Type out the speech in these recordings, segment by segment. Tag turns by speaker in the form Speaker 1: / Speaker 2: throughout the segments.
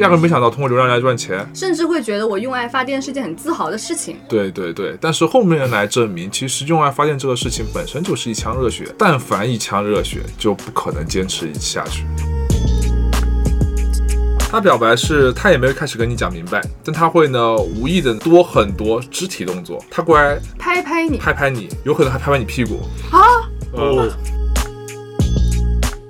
Speaker 1: 压根没想到通过流量来赚钱。
Speaker 2: 甚至会觉得我用爱发电是件很自豪的事情。
Speaker 1: 对对对，但是后面来证明，其实用爱发电这个事情本身就是一腔热血，但凡一腔热血，就不可能坚持下去。他表白是，他也没有开始跟你讲明白，但他会呢无意的多很多肢体动作，他过来
Speaker 2: 拍拍你
Speaker 1: 拍拍你，有可能还拍拍你屁股。
Speaker 2: 啊，
Speaker 1: 哦。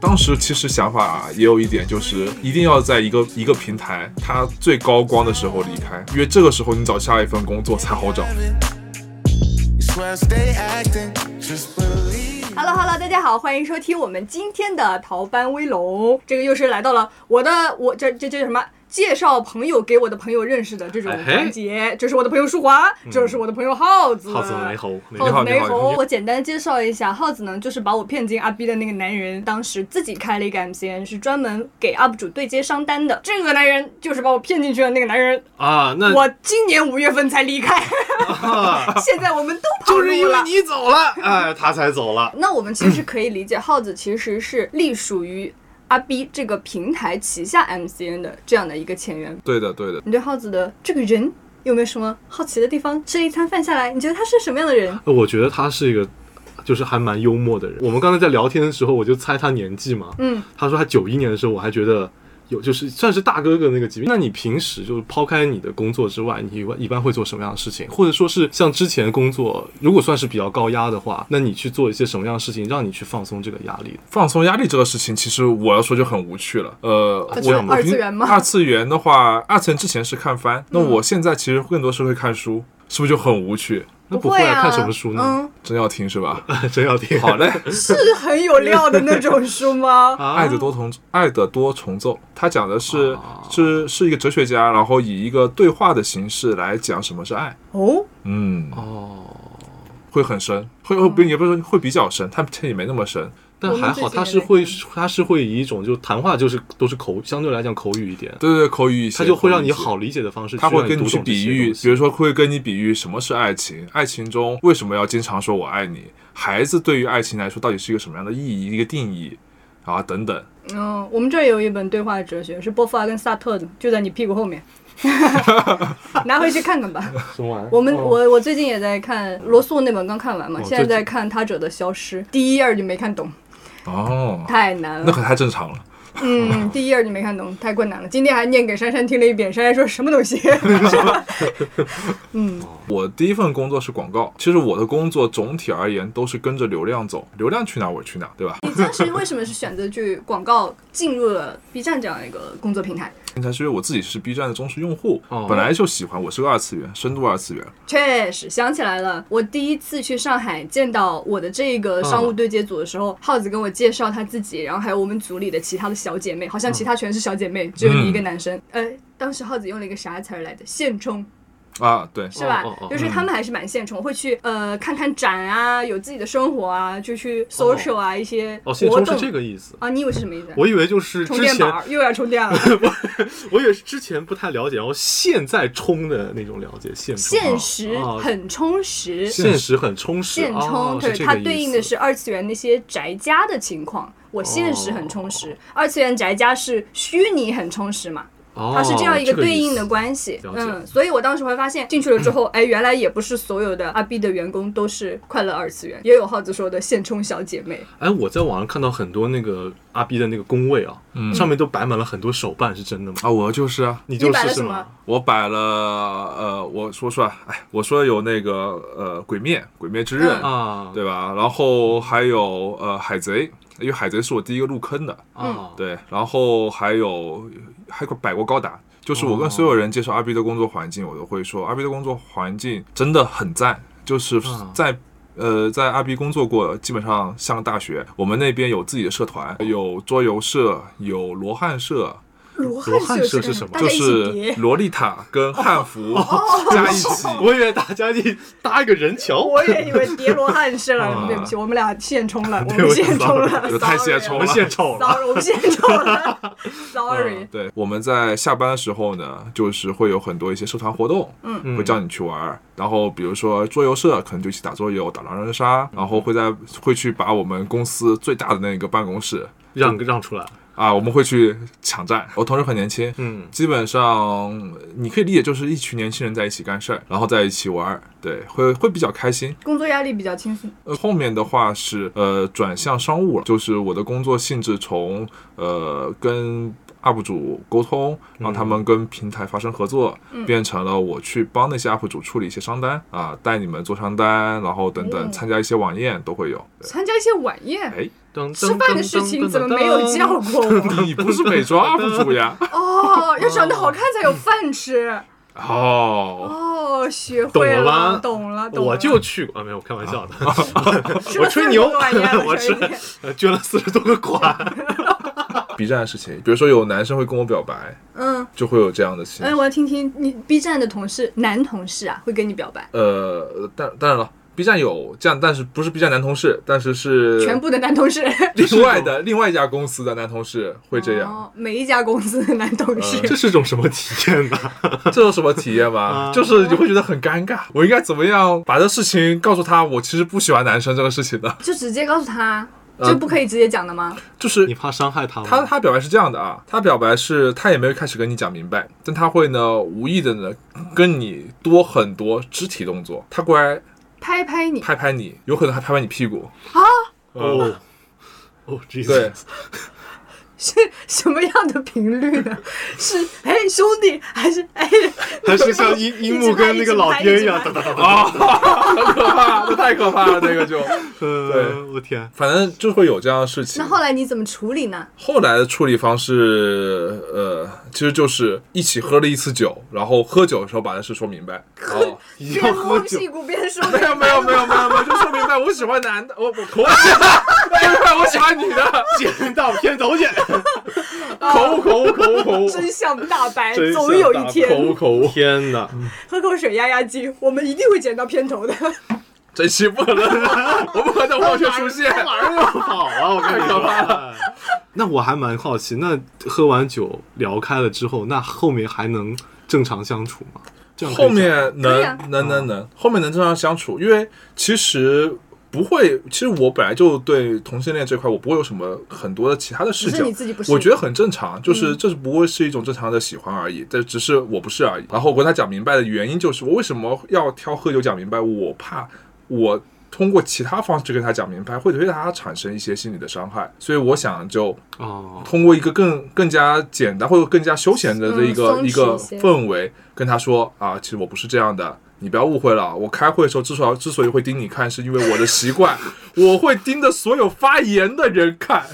Speaker 1: 当时其实想法、也有一点，就是一定要在一个一个平台，它最高光的时候离开，因为这个时候你找下一份工作才好找。
Speaker 3: You swear I stay acting, just believe.
Speaker 2: Hello Hello，大家好，欢迎收听我们今天的《逃班威龙》，这个又是来到了我的我这这这叫什么？介绍朋友给我的朋友认识的这种
Speaker 4: 哎嘿
Speaker 2: 环节，这是我的朋友舒华，这是我的朋友耗嗯子，
Speaker 4: 耗子没猴，那
Speaker 1: 你
Speaker 2: 耗
Speaker 1: 好
Speaker 2: 子
Speaker 1: 你
Speaker 2: 没
Speaker 1: 好
Speaker 2: 猴
Speaker 1: 你，好
Speaker 2: 我简单介绍一下，耗子呢就是把我骗进阿 B 的那个男人，当时自己开了一个 MCN，是专门给 UP 主对接商单的。这个男人就是把我骗进去的那个男人，
Speaker 4: 啊，那
Speaker 2: 我今年五月份才离开，
Speaker 4: 啊
Speaker 2: 现在我们都跑路
Speaker 4: 就
Speaker 2: 了。
Speaker 4: 是因为你 走了，哎，他才走了。
Speaker 2: 那我们其实可以理解，耗子其实是隶属于阿 B 这个平台旗下 MCN 的这样的一个前缘。
Speaker 1: 对的，对的。
Speaker 2: 你对耗子的这个人有没有什么好奇的地方？这一餐饭下来，你觉得他是什么样的人？
Speaker 4: 我觉得他是一个，就是还蛮幽默的人。我们刚才在聊天的时候，我就猜他年纪嘛，
Speaker 2: 嗯，
Speaker 4: 他说他九一年的时候，我还觉得有就是算是大哥哥那个级别。那你平时就是抛开你的工作之外，你一般一般会做什么样的事情？或者说是像之前工作，如果算是比较高压的话，那你去做一些什么样的事情，让你去放松这个压力？
Speaker 1: 放松压力这个事情，其实我要说就很无趣了。呃，
Speaker 4: 它
Speaker 1: 我
Speaker 4: 这样吗
Speaker 1: 我平
Speaker 2: 啊二次元吗嗯
Speaker 1: 二次元的话，二次元之前是看番，那我现在其实更多是会看书，是不是就很无趣？
Speaker 4: 那不
Speaker 2: 会
Speaker 4: 会
Speaker 2: 啊，
Speaker 4: 看什么书呢？
Speaker 2: 嗯，
Speaker 1: 真要听是吧？
Speaker 4: 真要听
Speaker 1: 好嘞。
Speaker 2: 是很有料的那种书 吗？
Speaker 4: 啊，
Speaker 1: 爱的多重爱的多重奏，它讲的是、
Speaker 4: 啊
Speaker 1: 是是一个哲学家，然后以一个对话的形式来讲什么是爱。
Speaker 2: 哦，
Speaker 1: 嗯，
Speaker 4: 哦。嗯
Speaker 1: 会很深，会会不也不是说会比较深，它它也没那么深。
Speaker 4: 但
Speaker 2: 我们
Speaker 4: 还
Speaker 2: 最
Speaker 4: 好，
Speaker 2: 近
Speaker 4: 他
Speaker 2: 也
Speaker 4: 是
Speaker 2: 在
Speaker 4: 会
Speaker 2: 看，
Speaker 4: 他是会以一种就谈话就是都是口，相对来讲口语一点，
Speaker 1: 对对，对口语一些，
Speaker 4: 他就会让
Speaker 1: 口
Speaker 4: 你
Speaker 1: 语一些
Speaker 4: 好。理解的方式去
Speaker 1: 他
Speaker 4: 让读
Speaker 1: 会
Speaker 4: 懂这些
Speaker 1: 跟
Speaker 4: 东
Speaker 1: 你
Speaker 4: 西，
Speaker 1: 去比喻，比如说会跟你比喻什么是爱情，爱情中为什么要经常说我爱你，孩子对于爱情来说到底是一个什么样的意义，一个定义啊等等。
Speaker 2: 嗯，我们这儿有一本对话哲学，是波伏娃跟萨特的，就在你屁股后面， 拿回去看看吧。
Speaker 4: 什么玩意儿
Speaker 2: 我们、
Speaker 4: 哦
Speaker 2: 我我最近也在看罗素那本，刚看完嘛，
Speaker 4: 哦
Speaker 2: 现在在看《他者的消失》，第一页儿就没看懂，
Speaker 1: 哦，
Speaker 2: 太难
Speaker 1: 那
Speaker 2: 了。
Speaker 1: 可太正常了。
Speaker 2: 嗯，第一页儿就没看懂，太困难了。今天还念给珊珊听了一遍，珊珊说什么东西？嗯，
Speaker 1: 我第一份工作是广告，其实我的工作总体而言都是跟着流量走，流量去哪我去哪，对吧？
Speaker 2: 你当时为什么是选择去广告进入了 B 站这样一个工作平台？
Speaker 1: 平台是因为我自己是 B 站的忠实用户，
Speaker 4: 哦
Speaker 1: 本来就喜欢，我是个二次元，深度二次元。
Speaker 2: 确实想起来了，我第一次去上海见到我的这
Speaker 4: 嗯
Speaker 2: 个商务对接组的时候，耗子跟我介绍他自己，然后还有我们组里的其他的小姐妹，好
Speaker 4: 嗯
Speaker 2: 像其他全是小姐妹，只有你一个男生。呃，当时耗子用了一个啥词儿来着？现充
Speaker 1: 啊，对，
Speaker 2: 是吧？
Speaker 4: 哦哦哦
Speaker 2: 就是他们还是蛮现充，会去呃看看展啊，有自己的生活啊，就去 social 啊、一些
Speaker 4: 哦，
Speaker 2: 活
Speaker 4: 现
Speaker 2: 动
Speaker 4: 充是这个意思，
Speaker 2: 啊？你以为是什么意思？
Speaker 4: 我以为就是
Speaker 2: 充
Speaker 4: 之
Speaker 2: 电
Speaker 4: 前
Speaker 2: 宝又要充电 了，
Speaker 4: 我以为是之前不太了解，然后现在充的那种了解，现充
Speaker 2: 现
Speaker 4: 哦
Speaker 2: 实
Speaker 4: 哦
Speaker 2: 很充实，
Speaker 4: 现实很充实，
Speaker 2: 现充，
Speaker 4: 哦
Speaker 2: 对，
Speaker 4: 是这
Speaker 2: 它
Speaker 4: 个意
Speaker 2: 对应
Speaker 4: 思
Speaker 2: 的是二次元那些宅家的情况。我现实很充实，二次元宅家是虚拟很充实嘛，
Speaker 4: 哦
Speaker 2: 它是这样一
Speaker 4: 这
Speaker 2: 个
Speaker 4: 个
Speaker 2: 对
Speaker 4: 意
Speaker 2: 应的
Speaker 4: 思
Speaker 2: 关系。
Speaker 4: 了解
Speaker 2: 嗯，所以我当时会发现进去了之后，哎，原来也不是所有的阿 B 的员工都是快乐二次元，也有耗子说的现充小姐妹。
Speaker 4: 哎，我在网上看到很多那个阿 B 的那个工位啊，
Speaker 1: 嗯
Speaker 4: 上面都摆满了很多手办，是真的吗？
Speaker 1: 啊，我就是啊，
Speaker 4: 你
Speaker 2: 你
Speaker 4: 就
Speaker 2: 摆了
Speaker 4: 是
Speaker 2: 什
Speaker 4: 是
Speaker 2: 么
Speaker 4: 吗？
Speaker 1: 我摆了，呃，我说出来，哎，我说有那个呃，鬼灭，鬼灭之刃，
Speaker 2: 嗯
Speaker 4: 啊，
Speaker 1: 对吧？然后还有呃，海贼，因为海贼是我第一个入坑的，
Speaker 2: 嗯
Speaker 4: 啊，
Speaker 1: 对，然后还有还摆过高达，就是我跟所有人介绍阿 B 的工作环境，我都会说阿 B 的工作环境真的很赞，就是
Speaker 4: 嗯
Speaker 1: 在。呃，在阿 B 工作过，基本上像个大学。我们那边有自己的社团，有桌游社，有罗汉社，
Speaker 2: 罗
Speaker 4: 罗汉
Speaker 2: 汉
Speaker 4: 社
Speaker 2: 是
Speaker 4: 是什 么
Speaker 2: 大
Speaker 1: 就
Speaker 2: 家一起哦
Speaker 1: 是
Speaker 2: 叠。
Speaker 1: 洛丽塔跟汉服加一起。
Speaker 4: 我以为大家一搭一个人桥，
Speaker 2: 我也以为叠罗汉社了，
Speaker 1: 啊
Speaker 2: 对不起，我们俩现充了，我
Speaker 4: 对
Speaker 2: 们
Speaker 4: 我
Speaker 2: 现充了
Speaker 1: 就太现充
Speaker 4: 我
Speaker 1: 了
Speaker 4: 们献丑了。
Speaker 2: ，sorry，我们现充了 ，sorry。
Speaker 4: 嗯
Speaker 1: 对，我们在下班的时候呢，就是会有很多一些社团活动，
Speaker 4: 嗯
Speaker 1: 会叫你去玩儿。然后比如说桌游社，可能就一起打桌游、打狼人杀，然后会在会去把我们公司最大的那个办公室
Speaker 4: 让让出来，
Speaker 1: 啊，我们会去抢占。我同事很年轻，
Speaker 4: 嗯
Speaker 1: 基本上你可以理解就是一群年轻人在一起干事儿，然后在一起玩儿，对，会会比较开心。
Speaker 2: 工作压力比较轻松。
Speaker 1: 呃，后面的话是呃转向商务了，就是我的工作性质从呃跟 UP 主沟通，让他
Speaker 2: 嗯
Speaker 1: 们跟平台发生合作，变成了我去帮那些 UP 主处理一些商单啊、带你们做商单，然后等等
Speaker 2: 哦
Speaker 1: 参加一些晚宴都会有。对
Speaker 2: 参加一些晚宴、
Speaker 1: 哎，
Speaker 4: 当
Speaker 2: 吃饭的事情，怎么没有叫？过我？
Speaker 1: 你不是美妆 UP 主呀？
Speaker 2: 哦，要长得好看才有饭 吃。
Speaker 1: 哦，
Speaker 2: 哦，学
Speaker 4: 懂
Speaker 2: 会
Speaker 4: 了吧？
Speaker 2: 了，懂了，懂了。
Speaker 4: 我就去过啊，没有，我开玩笑的。
Speaker 2: 吃
Speaker 4: 我
Speaker 2: 了
Speaker 4: 吹牛，
Speaker 2: 40多碗 烟
Speaker 4: 我
Speaker 2: 了
Speaker 4: 吃
Speaker 2: 小一点
Speaker 4: 捐了四十多个款。
Speaker 1: B 站的事情，比如说有男生会跟我表白，
Speaker 2: 嗯，
Speaker 1: 就会有这样的情
Speaker 2: 哎，我要听听你 B 站的同事，男同事啊，会跟你表白。
Speaker 1: 呃，但当然了，B 站有这样，但是不是 B 站男同事，但是是
Speaker 2: 全部的男同事，
Speaker 1: 另外的另外一家公司的男同事会这样，
Speaker 2: 哦，每一家公司的男同事，
Speaker 4: 这嗯是种什么体验呢？
Speaker 1: 这有什么体验吗？
Speaker 4: 啊
Speaker 1: 就是你会觉得很尴尬，我应该怎么样把这事情告诉他？我其实不喜欢男生这个事情的，
Speaker 2: 就直接告诉他，就不可以直接讲的吗？
Speaker 1: 就是
Speaker 4: 你怕伤害他吗？
Speaker 1: 他他表白是这样的啊，他表白是他也没有开始跟你讲明白，但他会呢无意的呢跟你多很多肢体动作，他过来
Speaker 2: 拍拍你，
Speaker 1: 拍拍你，有可能还拍拍你屁股，
Speaker 4: 哦哦，
Speaker 1: 对
Speaker 4: Jesus，
Speaker 2: 是什么样的频率呢？ 是哎兄弟，还是哎
Speaker 4: 还是像樱樱木跟那个老爹一样
Speaker 2: 一直拍一直拍
Speaker 4: 哒哒哒哒。
Speaker 1: 啊，好可怕，这啊太可怕了，这个就。
Speaker 4: 呃，我天，
Speaker 1: 反正就会有这样的事情。
Speaker 2: 那后来你怎么处理呢？
Speaker 1: 后来的处理方式，呃，其实就是一起喝了一次酒，然后喝酒的时候把这事说明白。哦，
Speaker 4: 一定要
Speaker 2: 边
Speaker 4: 喝
Speaker 2: 摸
Speaker 4: 酒
Speaker 2: 屁。股边说，
Speaker 1: 没有没有没有没有没有，就说明白我喜欢男的， 我我口误， 我喜欢女的，
Speaker 4: 捡到片头 剪，
Speaker 2: 啊
Speaker 1: 口误口误口误口误。
Speaker 2: 真相大白，总哎有一
Speaker 1: 口
Speaker 2: 天
Speaker 1: 误口误，
Speaker 4: 天哪！
Speaker 2: 喝口水压压惊，我们一定会捡到片头的。
Speaker 1: 这期不可能， 我不可能我就出现。
Speaker 4: 玩儿又好啊！我跟你说，那我还蛮好奇，那喝完酒聊开了之后，那后面还能正常相处吗？这样可以
Speaker 1: 后
Speaker 4: 讲
Speaker 1: 面
Speaker 2: 可
Speaker 1: 能、
Speaker 2: 以啊
Speaker 1: 能能能，后面能正常相处，因为其实不会，其实我本来就对同性恋这块我不会有什么很多的其他的视
Speaker 2: 只
Speaker 1: 角，
Speaker 2: 是你自己不适应嗯
Speaker 1: 我觉得很正常，就是这是不会是一种正常的喜欢而已，但只是我不是而已。然后我跟他讲明白的原因就是我为什么要挑喝酒讲明白，我怕我。通过其他方式跟他讲明白，会对他产生一些心理的伤害，所以我想就
Speaker 4: 哦，
Speaker 1: 通过一个更更加简单或者更加休闲的这一个、
Speaker 2: 嗯松弛
Speaker 1: 一个
Speaker 2: 一些
Speaker 1: 氛围，跟他说啊，其实我不是这样的，你不要误会了。我开会的时候之所以之所以会盯你看，是因为我的习惯，我会盯着所有发言的人看，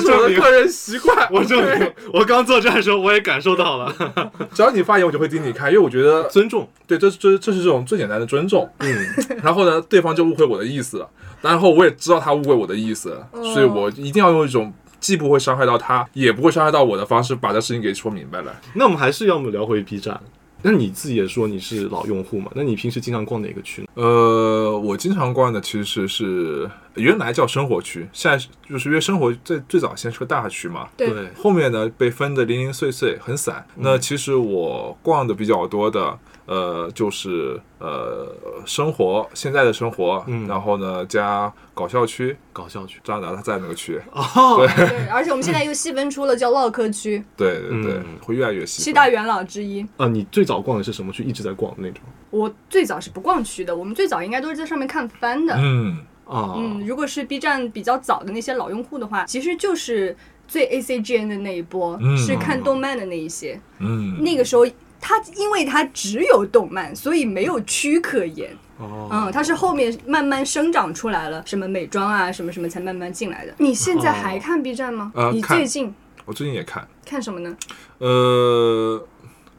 Speaker 1: 这是我
Speaker 4: 证
Speaker 1: 的
Speaker 4: 明
Speaker 1: 个人习 惯。
Speaker 4: 我证
Speaker 1: 对
Speaker 4: 明， 我刚作战的时候我也感受到了
Speaker 1: 只要你发言，我就会盯你看，因为我觉得
Speaker 4: 尊重。
Speaker 1: 对，这这这是这种最简单的尊重。嗯， 然后呢，对方就误会我的意思了，然后我也知道他误会我的意思了，所以我一定要用一种。既不会伤害到他，也不会伤害到我的方式，把这事情给说明白来。
Speaker 4: 那我们还是要么聊回 B 站。那你自己也说你是老用户嘛？那你平时经常逛哪个区呢？
Speaker 1: 呃，我经常逛的其实是原来叫生活区，现在是就是因为生活最最早先是个大区嘛，
Speaker 2: 对，
Speaker 1: 后面呢被分的零零碎碎，很散。
Speaker 4: 嗯
Speaker 1: 那其实我逛的比较多的，呃，就是呃生活现在的生活，
Speaker 4: 嗯
Speaker 1: 然后呢加搞笑区，
Speaker 4: 搞笑区。
Speaker 1: 张达他在那个区，
Speaker 4: 哦，
Speaker 2: 对，而且我们现在又细分出了叫唠嗑区，
Speaker 1: 对对对，
Speaker 4: 嗯
Speaker 1: 会越来越细分。
Speaker 2: 七大元老之一。
Speaker 4: 啊，你最早逛的是什么区？一直在逛的那种。
Speaker 2: 我最早是不逛区的，我们最早应该都是在上面看番的。
Speaker 1: 嗯，
Speaker 4: 啊，
Speaker 2: 嗯，如果是 B 站比较早的那些老用户的话，其实就是最 A C G N 的那一波，
Speaker 1: 嗯
Speaker 2: 是看动漫的那一些。
Speaker 1: 嗯，
Speaker 2: 那个时候，它因为它只有动漫，所以没有区可言。
Speaker 4: 哦，
Speaker 2: 嗯，它是后面慢慢生长出来了，什么美妆啊，什么什么才慢慢进来的。你现在还看 B 站吗？
Speaker 1: 呃
Speaker 2: 你
Speaker 1: 看
Speaker 2: 最近
Speaker 1: 我最近也看，
Speaker 2: 看什 么呢？
Speaker 1: 呃，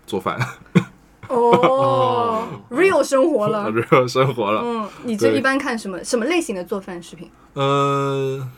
Speaker 1: 做饭，
Speaker 2: 哦，real 生活 了。
Speaker 1: 生活了，
Speaker 2: 嗯，你就
Speaker 1: 对
Speaker 2: 一般看什么什么类型的做饭视频？
Speaker 1: 嗯，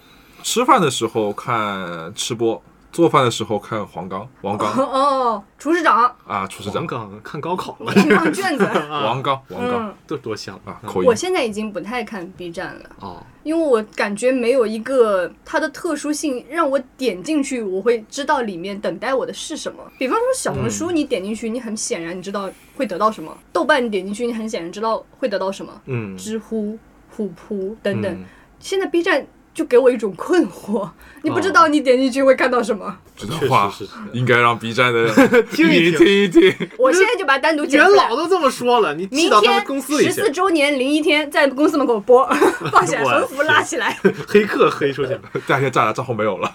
Speaker 1: 吃饭的时候看吃播，做饭的时候看黄冈、王刚
Speaker 2: 哦，厨师长，
Speaker 1: 啊，厨师长
Speaker 4: 香港看高考 了，
Speaker 2: 请 放卷子。
Speaker 1: 王刚、王刚
Speaker 2: 嗯，
Speaker 4: 这多香
Speaker 1: 啊，口音
Speaker 2: 我。现在已经不太看 B 站了，
Speaker 4: 哦，
Speaker 2: 因为我感觉没有一个它的特殊性让我点进去，我会知道里面等待我的是什么。比方说小红书，你点进去，你很显然你知道会得到什么；豆瓣你点进去，你很显然知道会得到什么；
Speaker 4: 嗯，
Speaker 2: 知乎、虎扑等等
Speaker 4: 嗯。
Speaker 2: 现在 B 站就给我一种困 惑，你不知道你点进去会看到什么。
Speaker 1: 这段话
Speaker 4: 确实是这样
Speaker 1: 应该让 B 站的
Speaker 4: 听一
Speaker 1: 你
Speaker 4: 听
Speaker 1: 听一听。
Speaker 2: 我现在就把它单独剪
Speaker 4: 元
Speaker 2: 出来
Speaker 4: 老。都这么说了，你寄
Speaker 2: 明
Speaker 4: 到他们公
Speaker 2: 天
Speaker 4: 司里
Speaker 2: 十
Speaker 4: 去，
Speaker 2: 四周年零一天，在公司门口播，放 起来，
Speaker 4: 我
Speaker 2: 横幅拉起来，
Speaker 4: 黑客黑出去，
Speaker 1: 第二天炸了，账号没 有了。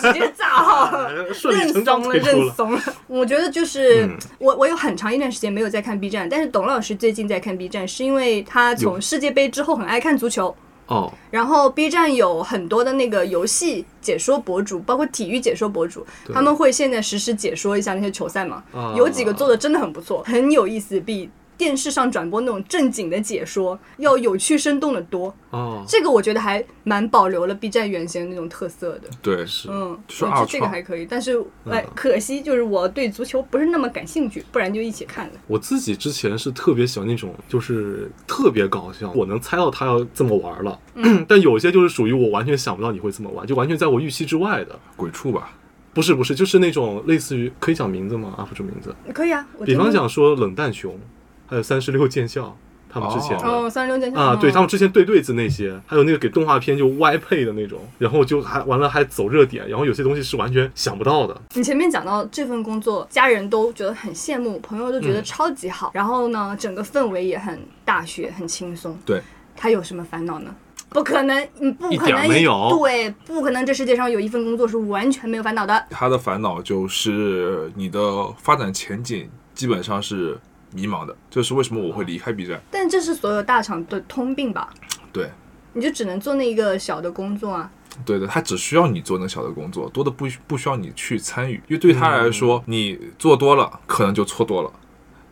Speaker 2: 直接炸 号。
Speaker 4: 呃顺理成章退出
Speaker 2: 认
Speaker 4: 了。 嗯
Speaker 2: 怂了。我觉得就是、我，我有很长一段时间没有在看 B 站，但是董老师最近在看 B 站，是因为他从
Speaker 4: 有
Speaker 2: 世界杯之后很爱看足球。
Speaker 4: 哦，
Speaker 2: 然后 B 站有很多的那个游戏解说博主，包括体育解说博主，他们会现在实时解说一下那些球赛嘛。
Speaker 4: 啊
Speaker 2: 有几个做的真的很不错，很有意思，比电视上转播那种正经的解说要有趣生动的多。
Speaker 4: 哦，
Speaker 2: 这个我觉得还蛮保留了 B 站原先那种特色的。
Speaker 1: 对，
Speaker 4: 是嗯
Speaker 2: 嗯，
Speaker 1: 是
Speaker 2: 我
Speaker 1: 二
Speaker 2: 觉得这个
Speaker 1: 创
Speaker 2: 还可以，但是哎，可惜就是我对足球不是那么感兴趣，不然就一起看了。
Speaker 4: 我自己之前是特别喜欢那种，就是特别搞笑，我能猜到他要这么玩了。
Speaker 2: 嗯
Speaker 4: 但有些就是属于我完全想不到你会这么玩，就完全在我预期之外的。
Speaker 1: 鬼畜吧，
Speaker 4: 不是不是，就是那种类似于可以讲名字吗？UP 主名字，
Speaker 2: 可以啊，我
Speaker 4: 比
Speaker 2: 听
Speaker 4: 方
Speaker 2: 听
Speaker 4: 讲说冷淡熊，还有三十六剑校，他们之前的。
Speaker 2: 哦，三十六剑侠
Speaker 4: 啊，对他
Speaker 2: 们
Speaker 4: 们之前对对子那些，还有那个给动画片就歪配的那种，然后就还完了还走热点，然后有些东西是完全想不到的。
Speaker 2: 你前面讲到这份工作，家人都觉得很羡慕，朋友都觉得
Speaker 4: 嗯
Speaker 2: 超级好，然后呢，整个氛围也很大学，很轻松。
Speaker 1: 对，
Speaker 2: 他有什么烦恼呢？不可能，嗯，不
Speaker 4: 一
Speaker 2: 可
Speaker 4: 点
Speaker 2: 能，
Speaker 4: 没有
Speaker 2: 对，不可能，这世界上有一份工作是完全没有烦恼的。
Speaker 1: 他的烦恼就是你的发展前景基本上是迷茫的，这是为什么我会离开 B 站。
Speaker 2: 但这是所有大厂的通病吧？
Speaker 1: 对，
Speaker 2: 你就只能做那一个小的工作啊。
Speaker 1: 对的，他只需要你做那小的工作，多的不不需要你去参与，因为对他来
Speaker 4: 嗯
Speaker 1: 说，你做多了可能就错多了，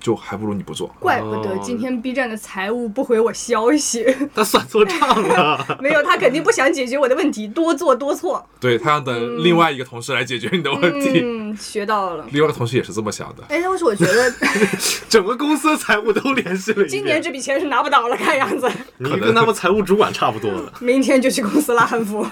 Speaker 1: 就还不如你不做。
Speaker 2: 怪不得
Speaker 4: 哦
Speaker 2: 今天 B 站的财务不回我消息，
Speaker 4: 他算错账 了，
Speaker 2: 没有，他肯定不想解决我的问题，多做多错。
Speaker 1: 对他要等另外一个同事来解决你的问题，
Speaker 2: 嗯，学到了。
Speaker 1: 另外一个同事也是这么想的。
Speaker 2: 哎，但是我觉得
Speaker 4: 整个公司的财务都联系了 一遍。
Speaker 2: 今年这笔钱是拿不到了，看样子，
Speaker 4: 你跟他们财务主管差不多了。
Speaker 2: 明天就去公司拉横幅。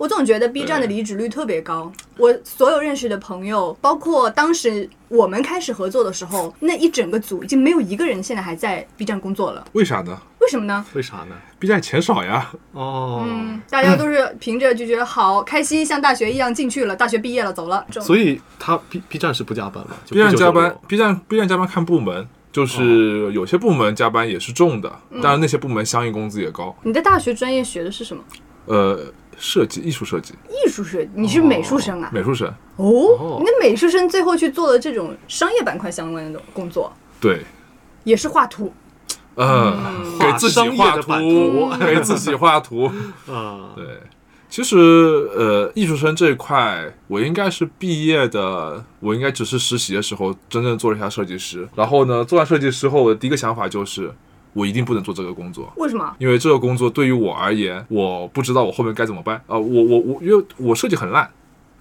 Speaker 2: 我总觉得 B 站的离职率特别高，我所有认识的朋友，包括当时我们开始合作的时候，那一整个组已经没有一个人现在还在 B 站工作了，
Speaker 1: 为啥呢
Speaker 2: 为什么呢？
Speaker 4: 为啥呢？
Speaker 1: ？B 站钱少呀，
Speaker 4: 哦，
Speaker 2: 嗯，大家都是凭着就觉得好开心，像大学一样进去了，大学毕业了走了。这种
Speaker 4: 所以他 B B 站是不加班了就哦
Speaker 1: B 站加
Speaker 4: 不九九六
Speaker 1: 班，B 站 B 站加班看部门，就是有些部门加班也是重的，当然那些部门相应工资也高。
Speaker 2: 你的大学专业学的是什么？
Speaker 1: 呃，设计、艺术设计、
Speaker 2: 艺术生，你是美术生啊？
Speaker 1: 美术生，
Speaker 2: 哦，
Speaker 4: 哦
Speaker 2: 你的美术生最后去做了这种商业板块相关的工作，
Speaker 1: 对，
Speaker 2: 也是画图。
Speaker 1: 嗯，给自己
Speaker 4: 画
Speaker 1: 画
Speaker 4: 商业
Speaker 1: 图，给自己画 图。
Speaker 4: 啊，
Speaker 1: 对，其实呃，艺术生这一块，我应该是毕业的，我应该只是实习的时候真正做了一下设计师。然后呢，做完设计师后，我的第一个想法就是，我一定不能做这个工作。
Speaker 2: 为什么？
Speaker 1: 因为这个工作对于我而言，我不知道我后面该怎么办啊、我我我，因为我设计很烂，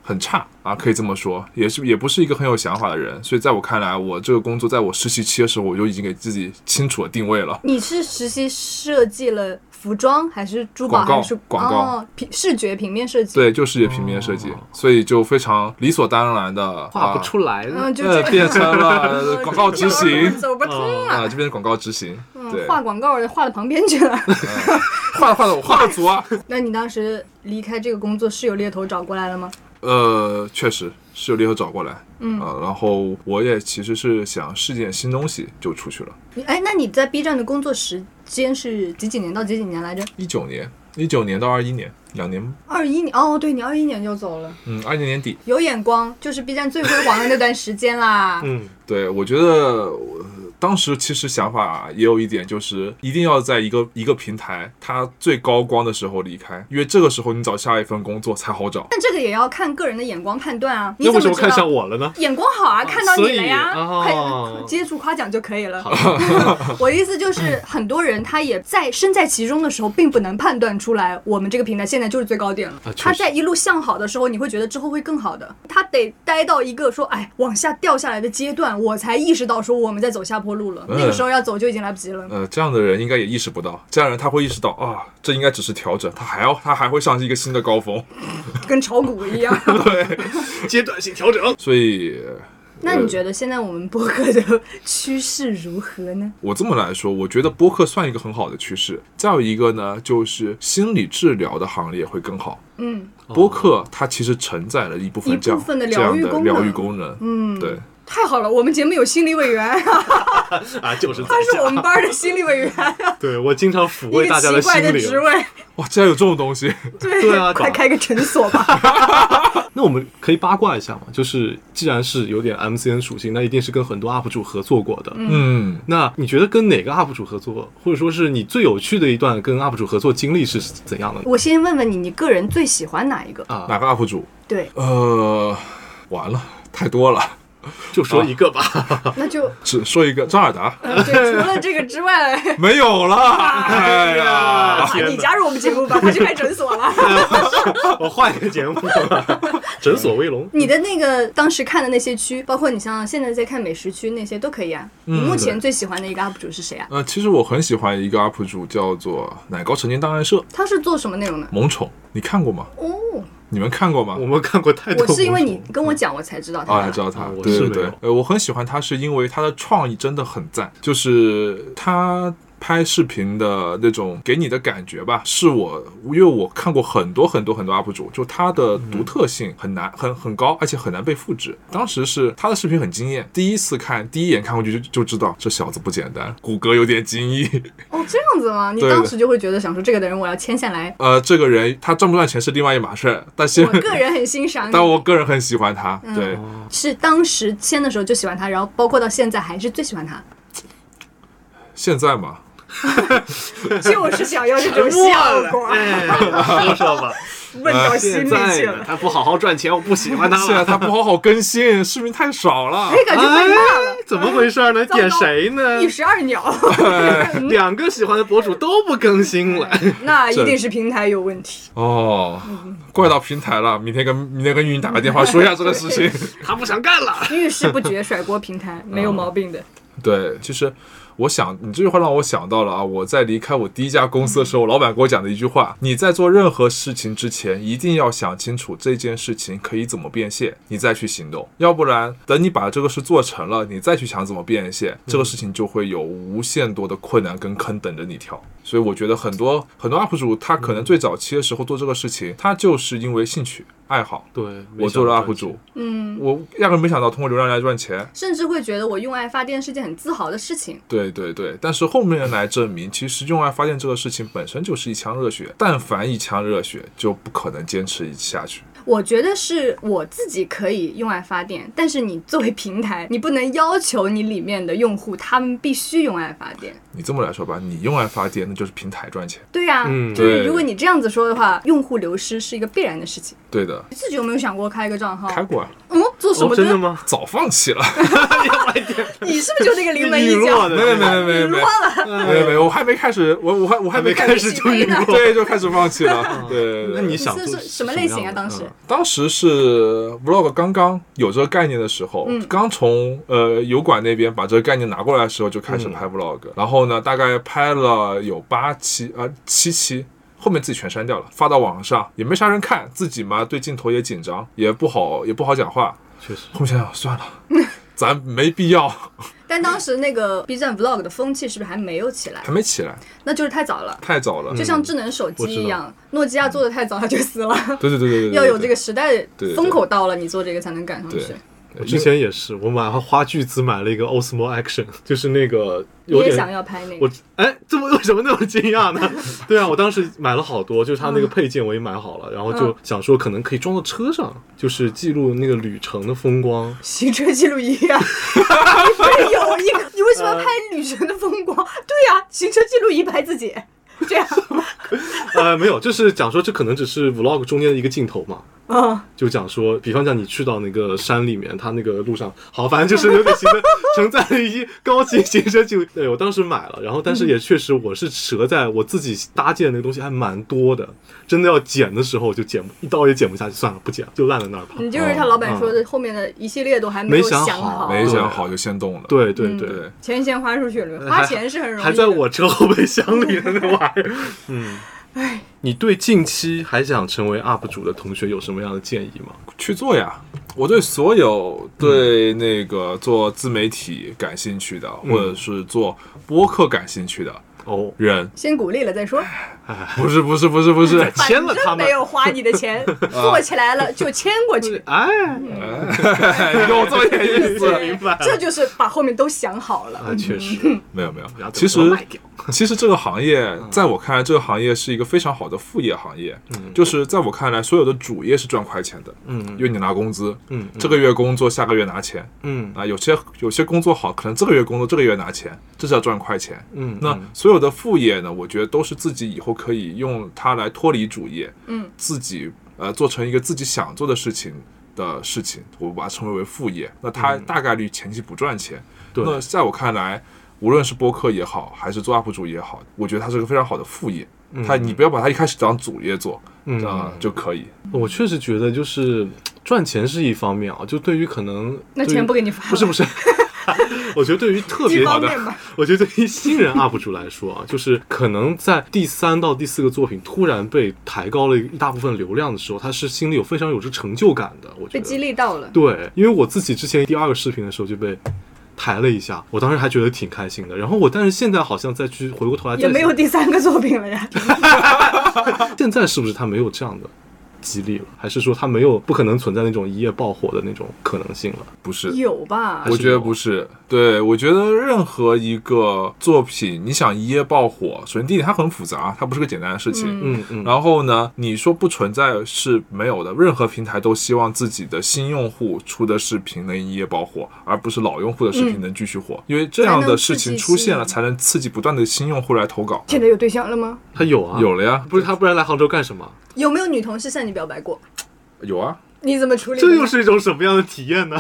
Speaker 1: 很差啊，可以这么说，也是也不是一个很有想法的人，所以在我看来，我这个工作在我实习期的时候，我就已经给自己清楚的定位了。
Speaker 2: 你是实习设计了服装还是珠宝
Speaker 1: 广告
Speaker 2: 还是
Speaker 1: 广告
Speaker 2: 哦、平视觉平面设计？，
Speaker 1: 对，就视觉平面设计，
Speaker 4: 哦
Speaker 1: 所以就非常理所当然的
Speaker 4: 画不、
Speaker 1: 啊
Speaker 4: 出来了。
Speaker 2: 嗯，就
Speaker 1: 呃
Speaker 2: 这，
Speaker 1: 变成 了广告执
Speaker 2: 这条
Speaker 1: 行
Speaker 2: 路走不通
Speaker 1: 啊、
Speaker 2: 了。
Speaker 1: 就变成广告执行。对，
Speaker 2: 嗯，画广告的画到旁边去了。
Speaker 1: 画了画了，我画了足啊。
Speaker 2: 那你当时离开这个工作是有猎头找过来了吗？
Speaker 1: 呃，确实是有猎头找过来，嗯、然后我也其实是想试点新东西，就出去了。
Speaker 2: 你哎，那你在 B 站的工作时间是几几年到几几年来着？
Speaker 1: 一九年，一九年到二一年，两年，
Speaker 2: 二一年哦，对你二一年就走了，
Speaker 1: 嗯，二一年年底。
Speaker 2: 有眼光，就是 B 站最辉煌的那段时间啦。
Speaker 4: 嗯，
Speaker 1: 对，我觉得我、当时其实想法也有一点，就是一定要在一个一个平台它最高光的时候离开，因为这个时候你找下一份工作才好找。
Speaker 2: 但这个也要看个人的眼光判断啊。你
Speaker 4: 那
Speaker 2: 怎
Speaker 4: 为什么
Speaker 2: 知道
Speaker 4: 看上我了呢？
Speaker 2: 眼光好啊，看到你了呀，
Speaker 4: 所以哦
Speaker 2: 快接住夸奖就可以了。 我的意思就是，很多人他也在身在其中的时候，并不能判断出来我们这个平台现在就是最高点了。
Speaker 4: 啊确实
Speaker 2: 他在一路向好的时候，你会觉得之后会更好的。他得待到一个说，哎，往下掉下来的阶段，我才意识到说我们在走下坡路了。
Speaker 1: 嗯
Speaker 2: 那个时候要走就已经来不及 了。
Speaker 1: 呃，这样的人应该也意识不到，呃这样的人他会意识到啊，这应该只是调整，他还要他还会上一个新的高峰。
Speaker 2: 跟炒股一样。
Speaker 4: 阶段性调整。
Speaker 1: 所以
Speaker 2: 那你觉得现在我们播客的趋势如何呢？
Speaker 1: 我这么来说，我觉得播客算一个很好的趋势。再有一个呢，就是心理治疗的行业会更好。
Speaker 2: 嗯，
Speaker 1: 播客它其实承载了一部
Speaker 2: 一
Speaker 1: 分
Speaker 2: 部
Speaker 1: 这样
Speaker 2: 分的
Speaker 1: 这
Speaker 2: 疗
Speaker 1: 样
Speaker 2: 愈
Speaker 1: 的
Speaker 2: 功
Speaker 1: 疗
Speaker 2: 能
Speaker 1: 愈功能。嗯，对。
Speaker 2: 太好了，我们节目有心理委员，
Speaker 4: 哎啊，就是
Speaker 2: 他是我们班的心理委员，
Speaker 4: 对我经常抚
Speaker 2: 一
Speaker 4: 慰
Speaker 2: 个
Speaker 4: 大家
Speaker 2: 奇
Speaker 4: 心
Speaker 2: 怪的职
Speaker 4: 灵。
Speaker 2: 位。
Speaker 1: 哇，竟然有这种东西！
Speaker 2: 对
Speaker 4: 对啊
Speaker 2: 快
Speaker 4: 懂
Speaker 2: 开个诊所 吧。
Speaker 4: 那我们可以八卦一下嘛，就是既然是有点 MCN 属性，那一定是跟很多 UP 主合作过的。
Speaker 1: 嗯，
Speaker 4: 那你觉得跟哪个 UP 主合作，或者说是你最有趣的一段跟 UP 主合作经历是怎样的呢？
Speaker 2: 我先问问你，你个人最喜欢哪一个？
Speaker 1: 哪
Speaker 4: 啊，
Speaker 1: 个 UP 主？
Speaker 2: 对，
Speaker 1: 呃，完了，太多了，
Speaker 4: 就说一个吧。
Speaker 2: 那就
Speaker 1: 只说一个张尔达，
Speaker 2: 呃对，除了这个之外，
Speaker 1: 没有了。哎 呀，
Speaker 4: 啊
Speaker 2: 啊你加入我们节目吧，他去开诊所了。
Speaker 4: 我换一个节目吧， 诊所卫龙。
Speaker 2: 你的那个当时看的那些区，包括你像现在在看美食区那些都可以啊。
Speaker 4: 嗯
Speaker 2: 你目前最喜欢的一个 UP 主是谁啊？
Speaker 1: 呃，其实我很喜欢一个 UP 主，叫做奶糕成年档案社
Speaker 2: 他是做什么内容的？
Speaker 1: 萌宠，你看过吗？
Speaker 2: 哦，
Speaker 1: 你们看过吗？
Speaker 4: 我们看过太多
Speaker 2: 我
Speaker 4: 博主，
Speaker 2: 是因 为你跟我讲，我才知道
Speaker 1: 啊，
Speaker 2: 他
Speaker 1: 才知
Speaker 2: 的。
Speaker 1: 道他
Speaker 4: 啊，我
Speaker 1: 对
Speaker 4: 是
Speaker 1: 对
Speaker 4: 没
Speaker 1: 对
Speaker 4: 有，
Speaker 1: 呃，我很喜欢他，是因为他的创意真的很赞，就是他拍视频的那种给你的感觉吧，是我因为我看过很多很多很多 UP 主，就他
Speaker 4: 嗯
Speaker 1: 的独特性很难很很高，而且很难被复制。当时是他的视频很惊艳，第一次看，第一眼看过去就就知道这小子不简单，骨骼有点惊异。
Speaker 2: 哦，这样子吗？你
Speaker 1: 对
Speaker 2: 当时就会觉得想说这个的人我要签下 来。
Speaker 1: 呃，这个人他赚不赚钱是另外一码事儿，但是
Speaker 2: 我个人很欣赏 你，嗯
Speaker 1: 但我个人很喜欢他，对。
Speaker 4: 哦
Speaker 2: 是当时签的时候就喜欢他，然后包括到现在还是最喜 欢他，
Speaker 1: 现在嘛，
Speaker 2: 就是想要这种效果，
Speaker 1: 啊
Speaker 4: 说哎说 吧。
Speaker 2: 问到心里去了。
Speaker 4: 他不好好赚钱，我不喜欢他
Speaker 1: 现在他不好好更新，视频太少了。
Speaker 2: 哎，感觉被骂了，
Speaker 4: 怎么回事呢？
Speaker 2: 糟糕
Speaker 4: 点谁呢
Speaker 2: 一？石二鸟，
Speaker 4: 两个喜欢的博主都不更新了，
Speaker 2: 那一定是平台有问 题。
Speaker 1: 哦，怪到平台了。明天跟明天跟运营打个电话说一下这个事情。
Speaker 4: 他不想干了。
Speaker 2: 遇事不决，甩锅平台，没有毛病
Speaker 1: 嗯
Speaker 2: 的。
Speaker 1: 对，其实我想你这句话让我想到了啊，我在离开我第一家公司的时候，老板给我讲的一句话：你在做任何事情之前，一定要想清楚这件事情可以怎么变现，你再去行动。要不然，等你把这个事做成了，你再去想怎么变现，这个事情就会有无限多的困难跟坑等着你跳。所以我觉得很多很多 UP 主，他可能最早期的时候做这个事情，他就是因为兴趣爱好。
Speaker 4: 对，
Speaker 1: 我做了 UP 主，嗯，我压根没想到通过流量来赚钱。
Speaker 2: 甚至会觉得我用爱发电是件很自豪的事情。
Speaker 1: 对对对，但是后面来证明，其实用爱发电这个事情本身就是一腔热血，但凡一腔热血就不可能坚持下去。
Speaker 2: 我觉得是我自己可以用爱发电，但是你作为平台，你不能要求你里面的用户他们必须用爱发电。
Speaker 1: 你这么来说吧，你用爱发电，那就是平台赚钱。
Speaker 2: 对呀、
Speaker 4: 嗯
Speaker 2: 就是
Speaker 1: 对
Speaker 2: 如果你这样子说的话，用户流失是一个必然的事情。
Speaker 1: 对的，
Speaker 2: 你自己有没有想过开一个账号？
Speaker 1: 开过啊，
Speaker 2: 嗯，做什么
Speaker 4: 哦，真的吗？
Speaker 1: 早放弃了。
Speaker 2: 你是不是就那个临门一
Speaker 4: 陨落
Speaker 2: 脚？
Speaker 4: 的
Speaker 1: 没没没没没没没没，我还没开始，我我还我还没
Speaker 4: 开始就晕过。
Speaker 1: 对，就开始放弃 了。对，
Speaker 4: 那你想
Speaker 2: 你是
Speaker 4: 做
Speaker 2: 是什么类型啊
Speaker 4: 样的
Speaker 2: 当时
Speaker 4: 嗯
Speaker 1: 当时是 vlog 刚刚有这个概念的时候，
Speaker 2: 嗯
Speaker 1: 刚从呃油管那边把这个概念拿过来的时候就开始
Speaker 2: 嗯
Speaker 1: 拍 vlog，、然后呢，大概拍了有八期啊、呃、七期。后面自己全删掉了，发到网上也没啥人看，自己嘛对镜头也紧张，也不好也不好讲话。
Speaker 4: 确实
Speaker 1: 后面想想算 了，咱没必要，
Speaker 2: 但当时那个 B 站 Vlog 的风气是不是还没有起来
Speaker 1: 还？没起来，
Speaker 2: 那就是太早了，
Speaker 1: 太早了。
Speaker 2: 就像智能手机
Speaker 4: 我知道
Speaker 2: 一样，诺基亚做的太早，它就死了。
Speaker 1: 对对对对对对，对
Speaker 2: 要有这个时代
Speaker 1: 对
Speaker 2: 风口到了，你做这个才能赶上去
Speaker 1: 对。
Speaker 4: 我之前也是，我买花巨资买了一个 Osmo Action，就是 那个
Speaker 2: 你
Speaker 4: 有
Speaker 2: 也
Speaker 4: 点
Speaker 2: 想要拍那个
Speaker 4: 我？哎，这么为什么那么惊讶呢？ 对啊，我当时买了好多，就是它那个配件我也买好了，然后就想说可能可以装到车上，就是记录那个旅程的风光。
Speaker 2: 行车记录仪啊，你不是有一个？你为什么要拍旅程的风光？对呀、行车记录仪拍自己，这样，
Speaker 4: 呃，没有，就是讲说这可能只是 vlog 中间的一个镜头嘛。
Speaker 2: 嗯，
Speaker 4: 就讲说，比方讲你去到那个山里面，它那个路上，好，反正就是有点行车承载了一高级行车记录。对呃我当时买了，然后但是也确实我是折在我自己搭建那个东西还蛮多的，真的要剪的时候就剪不一刀也剪不下去，算了，不剪了，就烂在那儿吧。
Speaker 2: 你就是他老板说的后面的一系列都还没有
Speaker 4: 没想
Speaker 2: 好，
Speaker 4: 好
Speaker 1: 没想好就先动了。
Speaker 4: 对对对，
Speaker 1: 对，
Speaker 2: 钱先花出去了，花钱是很容易的。
Speaker 4: 还在我车后备箱里的那玩意儿。哎你对近期还想成为 UP 主的同学有什么样的建议吗？
Speaker 1: 去做呀。我对所有对那个做自媒体感兴趣的，
Speaker 4: 嗯
Speaker 1: 或者是做播客感兴趣的
Speaker 4: 哦，
Speaker 1: 人，
Speaker 2: 先鼓励了再说，
Speaker 1: 不是不是不是不是，
Speaker 4: 反签了
Speaker 2: 反正
Speaker 4: 他们
Speaker 2: 没有花你的 钱，啊做起来了就签过去。
Speaker 4: 哎，
Speaker 1: 有这么点意 思？
Speaker 2: 对这就是把后面都想好了。
Speaker 4: 啊，确实，
Speaker 1: 没有没有
Speaker 4: 然后，
Speaker 1: 其实
Speaker 4: 怎么卖掉 嗯
Speaker 1: 其实这个行业，在我看来，这个行业是一个非常好的副业行业。就是在我看来，所有的主业是赚快钱的，
Speaker 4: 嗯
Speaker 1: 因为你拿工资，
Speaker 4: 嗯嗯
Speaker 1: 这个月工作，下个月拿钱。
Speaker 4: 嗯
Speaker 1: 啊，有些有些工作好，可能这个月工作，这个月拿钱，这是要赚快钱。
Speaker 4: 嗯，
Speaker 1: 那所有的副业呢，我觉得都是自己以后可以用它来脱离主业，
Speaker 2: 嗯，
Speaker 1: 自己呃做成一个自己想做的事情的事情，我把它称为为副业。那它大概率前期不赚钱，
Speaker 4: 嗯对
Speaker 1: 那在我看来，无论是播客也好，还是做 UP 主也好，我觉得它是个非常好的副业。它你不要把它一开始当主业做，
Speaker 4: 嗯
Speaker 1: 啊、就可以。
Speaker 4: 我确实觉得就是赚钱是一方面啊，就对于可能
Speaker 2: 那
Speaker 4: 对于
Speaker 2: 钱不给你发了
Speaker 4: 不 是不是，我觉得对于特别
Speaker 2: 一方面吧，
Speaker 4: 我觉得对于新 人 UP 主来说啊，就是可能在第三到第四个作品突然被抬高了一大部分流量的时候，他是心里有非常有这成就感的，我觉
Speaker 2: 被激
Speaker 4: 得。
Speaker 2: 励到了。
Speaker 4: 对，因为我自己之前第二个视频的时候就被。抬了一下，我当时还觉得挺开心的。然后我，但是现在好像再去回过头来，
Speaker 2: 也没有第三个作品了呀，
Speaker 4: 现在是不是他没有这样的激励了？还是说他没有不可能存在那种一夜爆火的那种可能性了？
Speaker 1: 不是，
Speaker 2: 有吧
Speaker 4: 还？
Speaker 1: 我
Speaker 4: 是
Speaker 1: 觉得
Speaker 4: 有
Speaker 1: 不是，对我觉得任何一个作品，你想一夜爆火，首先第一点它很复杂，它不是个简单的事情。
Speaker 2: 嗯
Speaker 4: 嗯嗯，
Speaker 1: 然后呢，你说不存在是没有的，任何平台都希望自己的新用户出的视频能一夜爆火，而不是老用户的视频能继续火，因为这样的事情出现嗯了，才
Speaker 2: 才
Speaker 1: 能刺激不断的新用户来投稿。
Speaker 2: 现在有对象了吗？
Speaker 4: 他有啊，
Speaker 1: 有了呀，
Speaker 4: 不是他不然来杭州干什么？
Speaker 2: 有没有女同事向你表白过？
Speaker 1: 有 啊，
Speaker 2: 你怎么处理的呢？
Speaker 4: 这又是一种什么样的体验呢？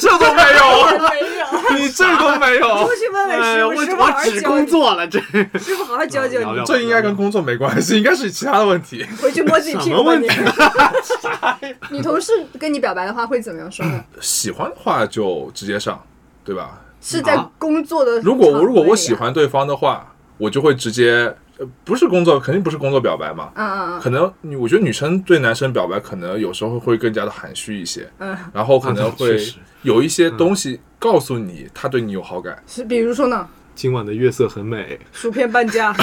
Speaker 1: 这都没 有，
Speaker 2: 没有，
Speaker 1: 你这都没 有
Speaker 2: 出，去问问
Speaker 4: 哎
Speaker 2: 师
Speaker 4: 呀，
Speaker 2: 傅，
Speaker 4: 我
Speaker 2: 师傅好
Speaker 4: 我
Speaker 2: 好
Speaker 4: 只
Speaker 2: 教
Speaker 4: 工
Speaker 2: 你，
Speaker 4: 作了，这
Speaker 2: 师傅好好
Speaker 1: 啊
Speaker 2: 教教
Speaker 4: 聊
Speaker 2: 你
Speaker 4: 聊，
Speaker 1: 这应该跟工作没关系，应该是其他的问题。
Speaker 2: 回去摸自己屁
Speaker 4: 什么
Speaker 2: 股吧
Speaker 4: 问
Speaker 2: 你
Speaker 4: 题。
Speaker 2: 女同事跟你表白的话会怎么样说呢？
Speaker 1: 喜欢的话就直接上，对吧？
Speaker 2: 是在工作的
Speaker 1: 啊如果
Speaker 2: 场
Speaker 1: 我
Speaker 2: 合
Speaker 1: 如果我
Speaker 2: 里
Speaker 1: 喜
Speaker 2: 啊，
Speaker 1: 欢对方的话，我就会直接，呃，不是工作，肯定不是工作表白嘛。
Speaker 2: 嗯嗯嗯
Speaker 1: 可能女我觉得女生对男生表白，可能有时候会更加的含蓄一些，
Speaker 2: 嗯，
Speaker 1: 然后可能
Speaker 4: 啊
Speaker 1: 会
Speaker 4: 确实
Speaker 1: 有一些东西告诉你他对你有好
Speaker 4: 嗯
Speaker 1: 感，
Speaker 2: 是比如说呢，
Speaker 4: 今晚的月色很美，
Speaker 2: 薯片半 价，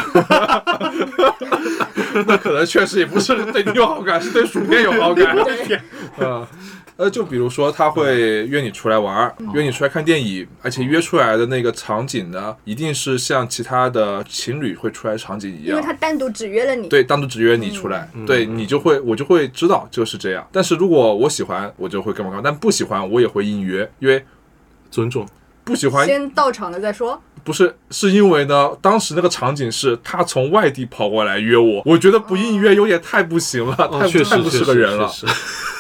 Speaker 1: 那可能确实也不是对你有好感，是对薯片有好 感。嗯，呃，就比如说他会约你出来玩儿，
Speaker 4: 嗯
Speaker 1: 约你出来看电影，而且约出来的那个场景呢，一定是像其他的情侣会出来的场景一
Speaker 2: 因为
Speaker 1: 样
Speaker 2: 他。单独只约了你，
Speaker 1: 对，单独只约你出来，
Speaker 4: 嗯
Speaker 1: 对你就会我就会知道就是这样。但是如果我喜欢，我就会干嘛干嘛；但不喜欢，我也会应约，因为
Speaker 4: 尊重。
Speaker 1: 不喜欢
Speaker 2: 先到场了再说。
Speaker 1: 不是是因为呢，当时那个场景是他从外地跑过来约我，我觉得不应约有点太不行了，
Speaker 4: 哦，
Speaker 1: 太
Speaker 4: 确
Speaker 1: 太
Speaker 4: 实
Speaker 1: 不
Speaker 4: 确
Speaker 1: 是
Speaker 4: 实
Speaker 1: 个人了，
Speaker 4: 确实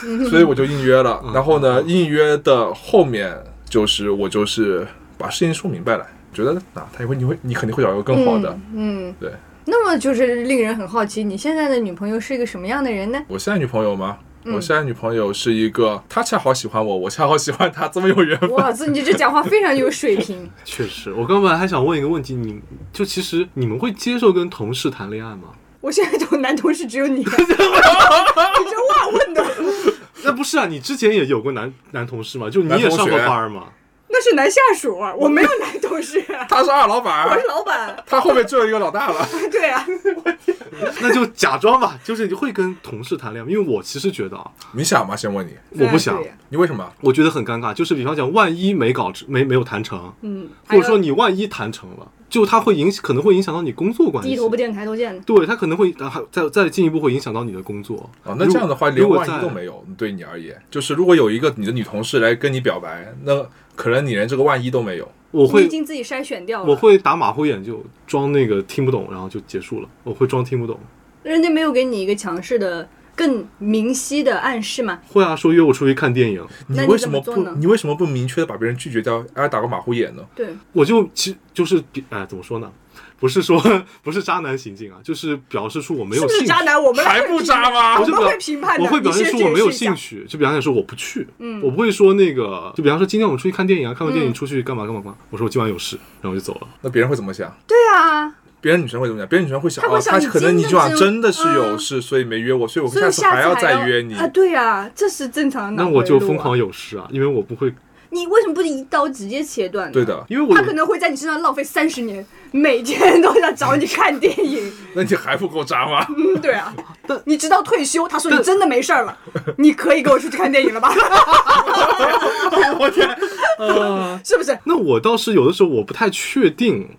Speaker 4: 嗯
Speaker 1: 所以我就应约了。然后呢，应约的后面就是我就是把事情说明白了，觉得啊，他也会你会你肯定会找一个更好的。
Speaker 2: 嗯，
Speaker 1: 对
Speaker 2: 那么就是令人很好奇，你现在的女朋友是一个什么样的人 呢？
Speaker 1: 我现在女朋友吗？
Speaker 2: 嗯
Speaker 1: 我现在女朋友是一个，她恰好喜欢我，我恰好喜欢她，这么有缘分。
Speaker 2: 哇塞，你这讲话非常有水平。
Speaker 4: 确实。我刚本来还想问一个问题，你就其实你们会接受跟同事谈恋爱吗？
Speaker 2: 我现在这种男同事只有你，你这话问的，
Speaker 4: 那不是啊，你之前也有过男男同事嘛？就你也上过班嘛？
Speaker 2: 那是男下属啊，我没有男同事啊，
Speaker 1: 她是二老板
Speaker 2: 我
Speaker 1: 儿
Speaker 2: 是，老板。
Speaker 1: 她后面就有一个老大了。
Speaker 2: 对啊，
Speaker 4: 那就假装吧， 就是你会跟同事谈恋爱吗，因为我其实觉得啊，
Speaker 1: 你想吗？先问你，
Speaker 4: 我不想
Speaker 2: 对，呀
Speaker 1: 你为什么？
Speaker 4: 我觉得很尴尬。就是比方讲，万一没搞没没有谈成，
Speaker 2: 嗯，
Speaker 4: 或者说你万一谈成了，就它会影响，可能会影响到你工作关系
Speaker 2: 低。头不见抬头见，
Speaker 4: 对，它可能会还再再进一步会影响到你的工作。
Speaker 1: 哦，那这样的话，
Speaker 4: 如
Speaker 1: 连
Speaker 4: 果
Speaker 1: 万
Speaker 4: 如
Speaker 1: 一
Speaker 4: 果
Speaker 1: 都
Speaker 4: 在
Speaker 1: 没有，对你而言，就是如果有一个你的女同事来跟你表白，那可能你连这个万一都没有。
Speaker 4: 我
Speaker 2: 你已
Speaker 4: 会
Speaker 2: 经自己筛选掉了。
Speaker 4: 我会打马虎眼，就装那个听不懂，然后就结束了。我会装听不懂。
Speaker 2: 人家没有给你一个强势的、更明晰的暗示吗？
Speaker 4: 会啊，说约我出去看电影，
Speaker 1: 你
Speaker 2: 那你
Speaker 1: 为
Speaker 2: 怎
Speaker 1: 什
Speaker 2: 么
Speaker 1: 么
Speaker 2: 做
Speaker 1: 不
Speaker 2: 呢
Speaker 1: 你为什么不明确的把别人拒绝掉，哎还打个马虎眼呢？
Speaker 2: 对，
Speaker 4: 我就其就是哎，怎么说呢？不是说 不是渣男行径啊，就是表示出我没有
Speaker 2: 是不
Speaker 4: 兴
Speaker 2: 是
Speaker 4: 趣。
Speaker 2: 渣男？我们来
Speaker 1: 还不渣吗
Speaker 2: 我
Speaker 4: 我就
Speaker 2: 们
Speaker 4: 表
Speaker 2: 会评判的。
Speaker 4: 我会表现
Speaker 2: 你先
Speaker 4: 出我没有
Speaker 2: 解释一下
Speaker 4: 兴。趣，就比方说我不去，嗯，我不会说那个，就比方说今天我们
Speaker 2: 嗯
Speaker 4: 出去看电影啊，看完电影出去干嘛干嘛干嘛，我说我今晚有事，然后我就走了。
Speaker 1: 那别人会怎么想？
Speaker 2: 对啊，
Speaker 1: 别的女生会怎么讲？别的女生会想，
Speaker 2: 她会
Speaker 1: 哦，
Speaker 2: 想
Speaker 1: 她
Speaker 2: 你
Speaker 1: 可能
Speaker 2: 真
Speaker 1: 你
Speaker 2: 的
Speaker 1: 今晚
Speaker 2: 只
Speaker 1: 真的是有
Speaker 2: 嗯
Speaker 1: 事，所以没约我，所以我
Speaker 2: 所以
Speaker 1: 次
Speaker 2: 下
Speaker 1: 还要
Speaker 2: 次还
Speaker 1: 再约你。
Speaker 2: 啊！对啊，这是正常的、
Speaker 4: 那我就疯狂。有诗啊，因为我不会，
Speaker 2: 你为什么不一刀直接切断呢？
Speaker 1: 对，的，
Speaker 4: 因为我
Speaker 2: 他可能会在你身上浪费三十年，每天都要找你看电影。
Speaker 1: 那你还不够渣吗？
Speaker 2: 嗯， 对啊
Speaker 4: 但。
Speaker 2: 你直到退休，他说
Speaker 4: 但
Speaker 2: 你真的没 事儿了，你可以跟我出去看电影了吧？
Speaker 1: 我天，
Speaker 4: 呃，
Speaker 2: 是不是？
Speaker 4: 那我倒是有的时候我不太确定，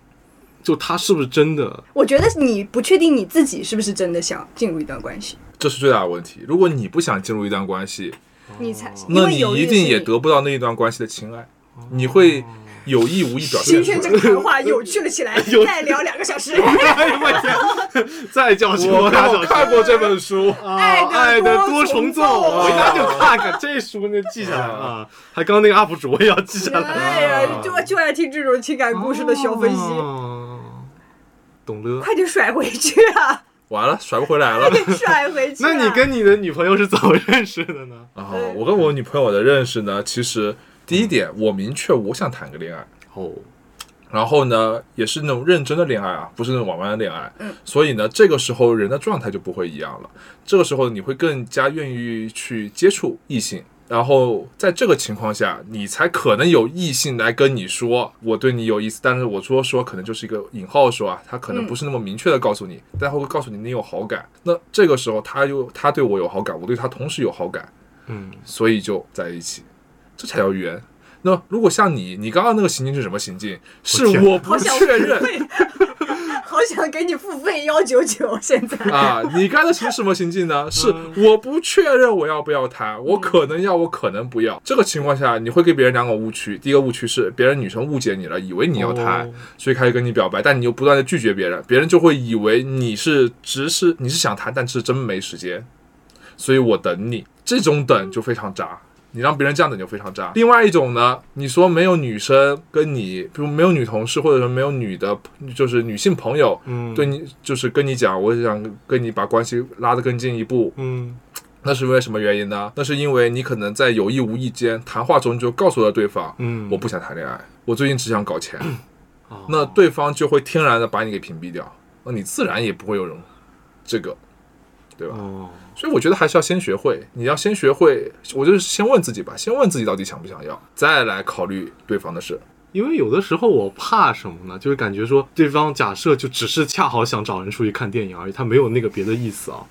Speaker 4: 就他是不是真的。
Speaker 2: 我觉得你不确定你自己是不是真的想进入一段关系，
Speaker 1: 这是最大的问题。如果你不想进入一段关系，
Speaker 2: 你才因
Speaker 1: 哦那
Speaker 2: 为
Speaker 1: 你
Speaker 2: 犹豫
Speaker 1: 一
Speaker 2: 的
Speaker 1: 定
Speaker 2: 是
Speaker 1: 也
Speaker 2: 你
Speaker 1: 得不到那一段关系的情爱，你会有意无意表现
Speaker 2: 今
Speaker 1: 出
Speaker 2: 天
Speaker 1: 来
Speaker 2: 这。个谈话有趣了 起来，再聊两个小时。
Speaker 4: 哎呦我 天！再叫醒
Speaker 1: 我
Speaker 4: 俩
Speaker 1: 看我
Speaker 4: 小时。
Speaker 1: 看过这本书，
Speaker 4: 啊
Speaker 2: 爱
Speaker 4: 爱
Speaker 2: 的
Speaker 4: 的
Speaker 2: 多
Speaker 4: 多
Speaker 2: 重
Speaker 4: 重
Speaker 2: 奏
Speaker 4: 奏，我回家就看看这书，那记下来啊。还刚刚那个 UP 主我也要记下来。啊
Speaker 2: 哎呀，就就爱听这种情感故事的小分析，
Speaker 4: 哦懂了。
Speaker 2: 快点甩回去啊！
Speaker 1: 完了甩不回来了
Speaker 2: 快。点甩 回去啊、
Speaker 4: 那你跟你的女朋友是怎么认识的 呢？
Speaker 1: 啊，我跟我女朋友的认识呢，其实第一点，我明确我想谈个恋爱，
Speaker 4: 哦，
Speaker 1: 然后呢，也是那种认真的恋爱啊，不是那种玩玩的恋爱。嗯，所以呢，这个时候人的状态就不会一样了。这个时候你会更加愿意去接触异性，然后在这个情况下，你才可能有异性来跟你说我对你有意思。但是我说说可能就是一个引号说啊，他可能不是那么明确的告诉你，但他会告诉你你有好感。那这个时候他又他对我有好感，我对他同时有好感，
Speaker 4: 嗯，
Speaker 1: 所以就在一起，这才叫缘。那如果像你，你刚刚那个行径是什么行径？是
Speaker 4: 天
Speaker 1: 我
Speaker 2: 好
Speaker 1: 不
Speaker 2: 想
Speaker 1: 确认
Speaker 2: 付费， 好想给你付费幺九九，现在。
Speaker 1: 啊！你刚才行什么行径呢？是我不确认我要不要他，我可能要，我可能不要。这个情况下，你会给别人两个误区。第一个误区是别人女生误解你了，以为你要他，
Speaker 4: 哦
Speaker 1: 所以开始跟你表白，但你又不断的拒绝别人，别人就会以为你是只是你是想谈，但是真没时间，所以我等你。这种等就非常渣，你让别人这样等就非常渣。另外一种呢，你说没有女生跟你，比如没有女同事，或者说没有女的，就是女性朋友，
Speaker 4: 嗯
Speaker 1: 对你就是跟你讲，我想跟你把关系拉得更进一步，
Speaker 4: 嗯，
Speaker 1: 那是因为什么原因呢？那是因为你可能在有意无意间谈话中就告诉了对方，
Speaker 4: 嗯
Speaker 1: 我不想谈恋爱，我最近只想搞钱，
Speaker 4: 哦
Speaker 1: 那对方就会天然的把你给屏蔽掉，那你自然也不会有人这个，对吧？
Speaker 4: 哦，
Speaker 1: 所以我觉得还是要先学会，你要先学会，我就是先问自己吧，先问自己到底想不想要，再来考虑对方的事。
Speaker 4: 因为有的时候我怕什么呢？就是感觉说对方假设就只是恰好想找人出去看电影而已，他没有那个别的意思 啊，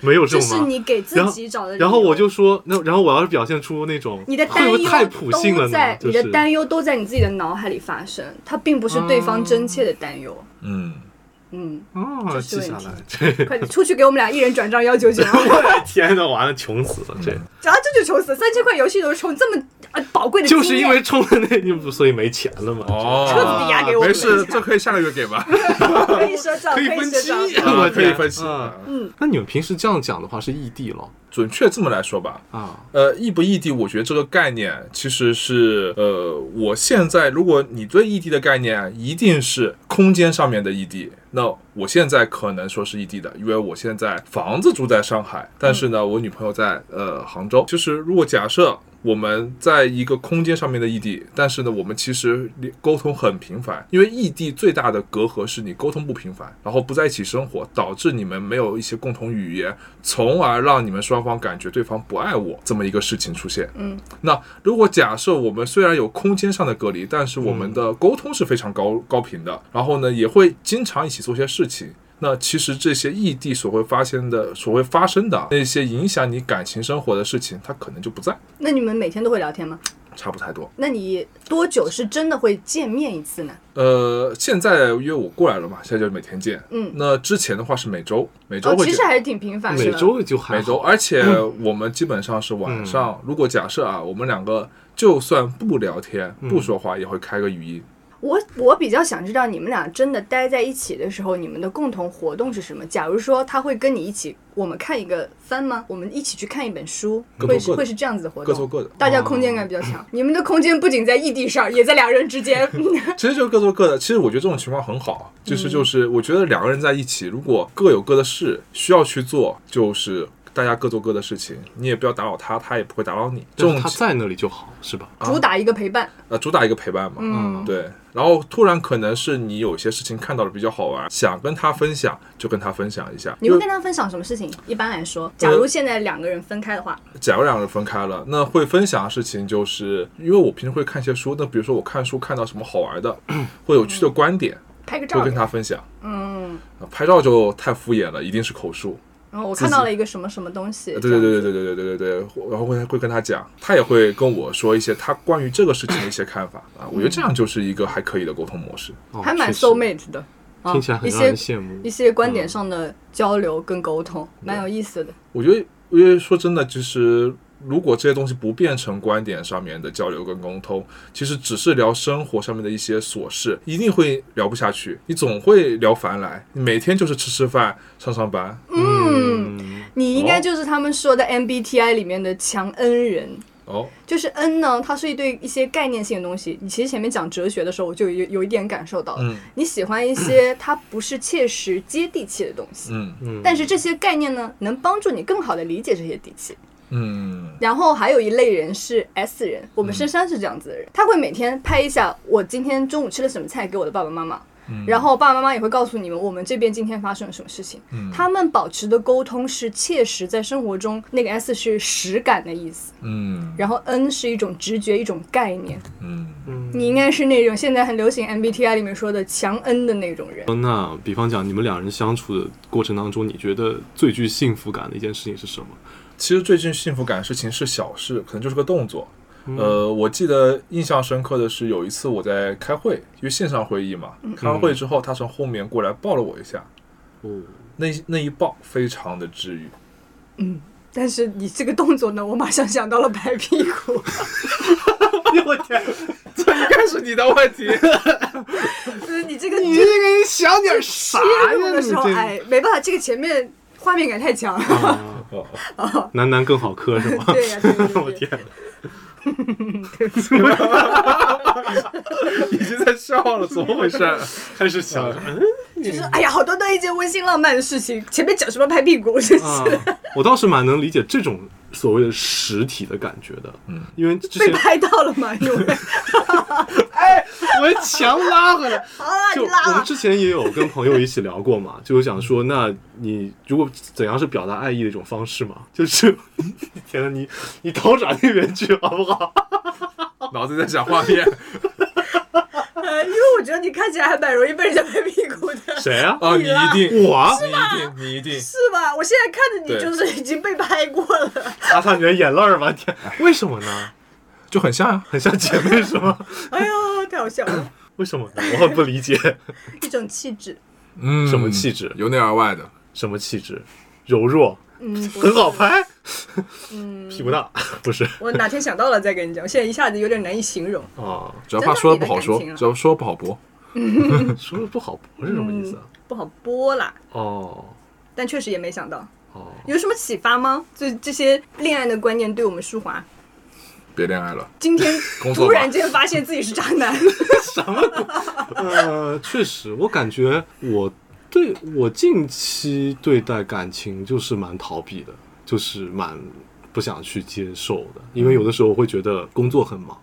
Speaker 4: 没有
Speaker 2: 这
Speaker 4: 这种
Speaker 2: 是
Speaker 4: 吗？
Speaker 2: 你给自
Speaker 4: 然后
Speaker 2: 己找的理由
Speaker 4: 然后我就说，那然后我要是表现出那种
Speaker 2: 你的担
Speaker 4: 会不会
Speaker 2: 忧
Speaker 4: 太普信了
Speaker 2: 都在
Speaker 4: 呢？就
Speaker 2: 你
Speaker 4: 是
Speaker 2: 的担忧都在你自己的脑海里发生，它并不是对方真切的担忧。
Speaker 1: 嗯，
Speaker 2: 嗯，
Speaker 4: 哦，
Speaker 2: 这
Speaker 4: 记
Speaker 2: 是
Speaker 4: 下
Speaker 2: 问题
Speaker 4: 来。这
Speaker 2: 快点出去给我们俩一人转 账幺九九，
Speaker 4: 我的 天呐，完了，穷死了！这
Speaker 2: 然后这就愁死，三千块游戏都是充这么呃宝贵的经
Speaker 4: 就
Speaker 2: 验，
Speaker 4: 是因为充了那衣服，所以没钱了嘛。
Speaker 2: 车子抵押
Speaker 4: 哎
Speaker 2: 给我
Speaker 1: 没
Speaker 2: 们
Speaker 1: 事，这可以下个月给吧。
Speaker 2: 可以赊账，
Speaker 4: 可以
Speaker 2: 以
Speaker 4: 分
Speaker 2: 赊账嗯
Speaker 4: 期，
Speaker 1: 啊
Speaker 4: 我
Speaker 1: 可以
Speaker 4: 天
Speaker 1: 分析。
Speaker 4: 啊
Speaker 1: 啊
Speaker 4: 那你们平时这样讲的话是异地咯
Speaker 1: 准确这么来说吧，
Speaker 4: 啊？
Speaker 1: 呃，异不异地，我觉得这个概念其实是，呃，我现在如果你对异地的概念啊一定是空间上面的异地，那我现在可能说是异地的，因为我现在房子住在上海，但是呢，我女朋友在呃杭州。就是如果假设我们在一个空间上面的异地，但是呢，我们其实连沟通很频繁，因为异地最大的隔阂是你沟通不频繁，然后不在一起生活，导致你们没有一些共同语言，从而让你们双方感觉对方不爱我这么一个事情出现。
Speaker 2: 嗯，
Speaker 1: 那如果假设我们虽然有空间上的隔离，但是我们的沟通是非常高高频的，然后呢，也会经常一起做些事情。那其实这些异地所会发现的、所会发生的那些影响你感情生活的事情，它可能就不在，
Speaker 2: 那你们每天都会聊天吗？
Speaker 1: 差不太多。
Speaker 2: 那你多久是真的会见面一次呢？
Speaker 1: 呃，现在因为我过来了嘛，现在就每天见。
Speaker 2: 嗯
Speaker 1: 那之前的话是每周，每周
Speaker 2: 哦，
Speaker 1: 会
Speaker 2: 其
Speaker 1: 见。
Speaker 2: 实还是挺频繁的。
Speaker 4: 每周就还
Speaker 1: 每周，
Speaker 4: 好
Speaker 1: 而且我们基本上是晚上。
Speaker 2: 嗯
Speaker 1: 如果假设啊，我们两个就算不聊天、
Speaker 2: 嗯
Speaker 1: 不说话，也会开个语音。
Speaker 2: 我我比较想知道你们俩真的待在一起的时候，你们的共同活动是什么？假如说他会跟你一起，我们看一个番吗？我们一起去看一本书，
Speaker 1: 各做
Speaker 2: 会
Speaker 1: 各
Speaker 2: 是
Speaker 1: 的
Speaker 2: 会是这样子的活动，
Speaker 1: 各做各的
Speaker 2: 大家空间感比较强。你们的空间不仅在异地上，也在两人之间。
Speaker 1: 其实就是各做各的。其实我觉得这种情况很好，啊
Speaker 2: 嗯
Speaker 1: 就是就是，我觉得两个人在一起，如果各有各的事需要去做，就是大家各做各的事情，你也不要打扰他，他也不会打扰你。这
Speaker 4: 就
Speaker 1: 种
Speaker 4: 是他在那里就好，是吧？
Speaker 2: 主打一个陪伴，
Speaker 1: 呃，主打一个陪伴嘛，
Speaker 2: 嗯，
Speaker 1: 对。然后突然可能是你有些事情看到了比较好玩，想跟他分享，就跟他分享一下。
Speaker 2: 你会跟他分享什么事情？一般来说，假如现在两个人分开的话，
Speaker 1: 假如两个人分开了，那会分享的事情就是，因为我平时会看一些书，那比如说我看书看到什么好玩的或有趣的观点，
Speaker 2: 拍个照
Speaker 1: 会，跟他分享。
Speaker 2: 嗯，
Speaker 1: 啊拍照就太敷衍了，一定是口述。
Speaker 2: 然后我看到了一个什么什么东西，
Speaker 1: 呃对对对对对对对对对，然后会会跟他讲，他也会跟我说一些他关于这个事情的一些看法啊。我觉得这样就是一个还可以的沟通模式。
Speaker 4: 哦
Speaker 2: 还蛮
Speaker 4: 确实
Speaker 2: soul mate 的，啊
Speaker 4: 听起来
Speaker 2: 一
Speaker 4: 很让
Speaker 2: 些
Speaker 4: 人羡慕
Speaker 2: 一。些观点上的交流跟沟通，蛮有意思的。
Speaker 1: 我觉得，因为说真的，其实如果这些东西不变成观点上面的交流跟沟通，其实只是聊生活上面的一些琐事，一定会聊不下去。你总会聊烦来，你每天就是吃吃饭、上上班。
Speaker 2: 嗯，你应该
Speaker 1: 哦
Speaker 2: 就是他们说的 MBTI 里面的强 N 人。
Speaker 1: 哦，
Speaker 2: 就是 N 呢，它是一对一些概念性的东西。你其实前面讲哲学的时候，我就有有一点感受到了，
Speaker 1: 嗯
Speaker 2: 你喜欢一些它不是切实接地气的东西，
Speaker 1: 嗯
Speaker 4: 嗯，
Speaker 2: 但是这些概念呢，能帮助你更好的理解这些地气。
Speaker 1: 嗯
Speaker 2: 然后还有一类人是 S 人，我们
Speaker 4: 嗯
Speaker 2: 深山是这样子的人，他会每天拍一下我今天中午吃了什么菜给我的爸爸妈妈。
Speaker 4: 嗯
Speaker 2: 然后爸爸妈妈也会告诉你们，我们这边今天发生了什么事情。
Speaker 1: 嗯
Speaker 2: 他们保持的沟通是切实在生活中，那个 S 是实感的意思，
Speaker 1: 嗯
Speaker 2: 然后 N 是一种直觉，一种概念。
Speaker 1: 嗯，
Speaker 2: 你应该是那种现在很流行 MBTI 里面说的强 N 的那种人。
Speaker 4: 那比方讲，你们两人相处的过程当中，你觉得最具幸福感的一件事情是什么？
Speaker 1: 其实最近幸福感的事情是小事，可能就是个动作。呃，我记得印象深刻的是有一次我在开会，因为线上会议嘛，开完会之后，他从后面过来抱了我一下，
Speaker 4: 哦，
Speaker 1: 那那一抱非常的治愈。
Speaker 2: 但是你这个动作呢，我马上想到了拍屁 股。
Speaker 4: 我天，
Speaker 1: 应该是你的问题。
Speaker 2: 就是你这个
Speaker 4: 你这个人想点啥
Speaker 2: 切入
Speaker 4: 呀？
Speaker 2: 的
Speaker 4: 你
Speaker 2: 时候，
Speaker 4: 这
Speaker 2: 哎，没办法，这个前面画面感太 强。
Speaker 4: 啊，
Speaker 1: 哦，
Speaker 4: 男男更好磕是吗？
Speaker 2: 对呀、对 对对
Speaker 4: 我天，
Speaker 1: 已经在笑了，怎么回事？啊
Speaker 4: 开始想嗯
Speaker 2: 就是哎呀，好多都一件温馨浪漫的事情，前面讲什么拍屁股，真
Speaker 4: 啊
Speaker 2: 是，
Speaker 4: 我倒是蛮能理解这种所谓的实体的感觉的，嗯，因为之
Speaker 2: 被
Speaker 4: 前
Speaker 2: 拍到了嘛？因 为
Speaker 4: 我强 拉回来，
Speaker 2: 好啦，
Speaker 4: 就
Speaker 2: 你拉
Speaker 4: 我们
Speaker 2: 啊。
Speaker 4: 之前也有跟朋友一起聊过嘛，就想说，那你如果怎样是表达爱意的一种方式嘛？就是 天呐，你你头转那边去好不好？
Speaker 1: 脑子在想画 面。
Speaker 2: 呃因为我觉得你看起来还蛮容易被人家拍屁股 的，
Speaker 4: 谁啊？
Speaker 1: 啊，你一定，
Speaker 4: 我啊
Speaker 1: 你一定，你一定。
Speaker 2: 是吧？我现在看着你
Speaker 1: 对
Speaker 2: 就是已经被拍过了。
Speaker 4: 擦擦你的眼泪儿吧，天，为什么呢？
Speaker 1: 就很像呀、啊
Speaker 4: 很像姐妹是吗？
Speaker 2: 哎呀，太好笑了，
Speaker 4: 为什么呢？我很不理解，
Speaker 2: 一种气质。
Speaker 1: 嗯
Speaker 4: 什么气质
Speaker 1: 由内而外的。
Speaker 4: 什么气质？柔弱，
Speaker 2: 嗯，
Speaker 4: 很好拍，屁股大，不是
Speaker 2: 我哪天想到了再跟你讲，我现在一下子有点难以形容。
Speaker 4: 啊？
Speaker 1: 只要怕说的不好
Speaker 2: 真
Speaker 1: 说
Speaker 2: 的你的感情，啊
Speaker 1: 只要说得不好播，
Speaker 2: 嗯
Speaker 4: 说的不好不是什么意思啊？
Speaker 2: 不好播啦，
Speaker 4: 哦
Speaker 2: 但确实也没想到。
Speaker 4: 哦，
Speaker 2: 有什么启发吗？就这些恋爱的观念对我们舒华，
Speaker 1: 别恋爱了。
Speaker 2: 今 天
Speaker 1: 工作吧
Speaker 2: 突然间发现自己是渣男，
Speaker 4: 呃，确实，我感觉我对我近期对待感情就是蛮逃避的，就是蛮不想去接受的，因为有的时候我会觉得工作很忙，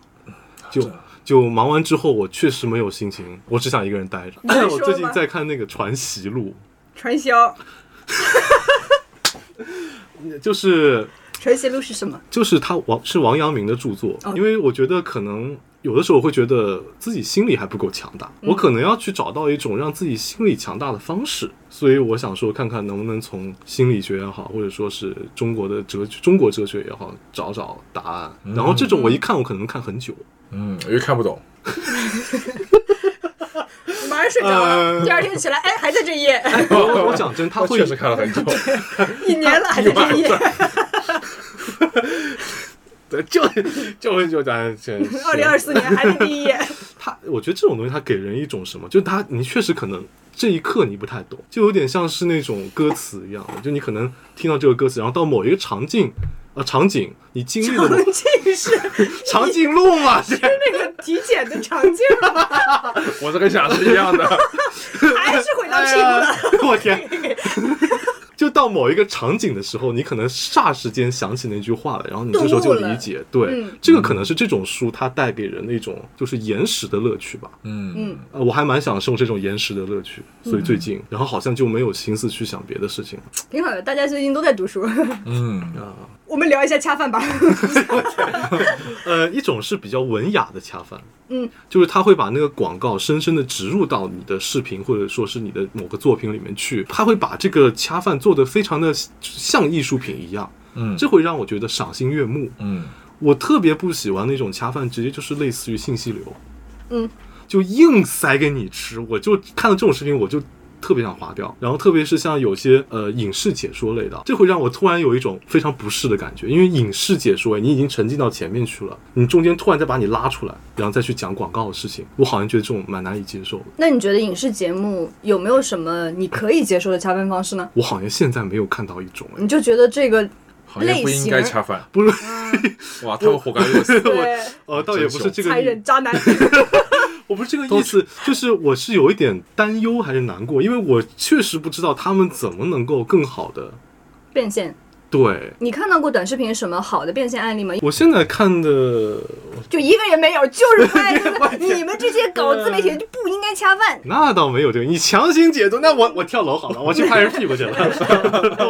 Speaker 4: 就。就忙完之后，我确实没有心情，我只想一个人待着。
Speaker 2: 是说
Speaker 4: 我最近
Speaker 2: 吗
Speaker 4: 在看那个《传习录
Speaker 2: 传销。》，
Speaker 4: 就是
Speaker 2: 传邪路是什么？
Speaker 4: 就是他王是王阳明的著作，因为我觉得可能有的时候我会觉得自己心理还不够强大，我可能要去找到一种让自己心理强大的方式，所以我想说看看能不能从心理学也好，或者说是中国的哲中国哲学也好，找找答案。然后这种我一看我可能看很久，
Speaker 1: 嗯，因为看不懂。
Speaker 2: 你马上睡着了，
Speaker 4: 呃
Speaker 2: 第二天起来，哎，还在这一页，
Speaker 4: 我我讲真，他
Speaker 1: 我
Speaker 4: 会
Speaker 1: 确实看了很 久。
Speaker 2: 一年了还在这一页，
Speaker 4: 对就就就 咱这
Speaker 2: 二零二四年还在第一页。
Speaker 4: 他，我觉得这种东西它给人一种什么，就是他你确实可能这一刻你不太懂，就有点像是那种歌词一样，就你可能听到这个歌词，然后到某一个场景。啊，场景，你经历了某
Speaker 2: 这是
Speaker 4: 长颈鹿嘛？
Speaker 2: 那个体检的场景吗，
Speaker 1: 我这跟想是一样的。
Speaker 4: 哎
Speaker 2: 还是回到屁股了？
Speaker 4: 我天，就到某一个场景的时候，你可能霎时间想起那句话了，然后你这时候就理解。对，
Speaker 2: 嗯
Speaker 4: 这个可能是这种书它带给人的一种就是延时的乐趣吧。
Speaker 1: 嗯，
Speaker 2: 嗯，
Speaker 4: 呃，我还蛮享受这种延时的乐趣，所以最近，然后好像就没有心思去想别的事情。
Speaker 2: 挺好的，大家最近都在读书。
Speaker 1: 嗯，
Speaker 2: 我们聊一下恰饭吧。
Speaker 4: 呃，一种是比较文雅的恰饭，
Speaker 2: 嗯，
Speaker 4: 就是他会把那个广告深深的植入到你的视频或者说是你的某个作品里面去，他会把这个恰饭做得非常的像艺术品一样，
Speaker 1: 嗯，
Speaker 4: 这会让我觉得赏心悦目。
Speaker 1: 嗯，
Speaker 4: 我特别不喜欢那种恰饭，直接就是类似于信息流，
Speaker 2: 嗯，
Speaker 4: 就硬塞给你吃，我就看到这种视频我就。特别想划掉，然后特别是像有些呃影视解说类的，这会让我突然有一种非常不适的感觉，因为影视解说你已经沉浸到前面去了，你中间突然再把你拉出来，然后再去讲广告的事情，我好像觉得这种蛮难以接受的。
Speaker 2: 那你觉得影视节目有没有什么你可以接受的恰饭方式呢？
Speaker 4: 我好像现在没有看到一种哎
Speaker 2: 你，就觉得这个
Speaker 4: 啊
Speaker 1: 好像不应该恰饭，
Speaker 4: 不是，
Speaker 1: 哇，他们活该饿 死。
Speaker 2: 对
Speaker 4: 呃，倒也不是这个
Speaker 2: 残
Speaker 4: 意
Speaker 2: 忍渣男，
Speaker 4: 我不是这个意思，就是我是有一点担忧还是难过，因为我确实不知道他们怎么能够更好的。
Speaker 2: 变现。
Speaker 4: 对
Speaker 2: 你看到过短视频什么好的变现案例吗？
Speaker 4: 我现在看的，
Speaker 2: 就一个也没 有，就是不爱看你们这些搞自媒体就不应该恰饭。
Speaker 4: 那倒没有这个，你强行解读，那我我跳楼好了，我去拍人屁股去了，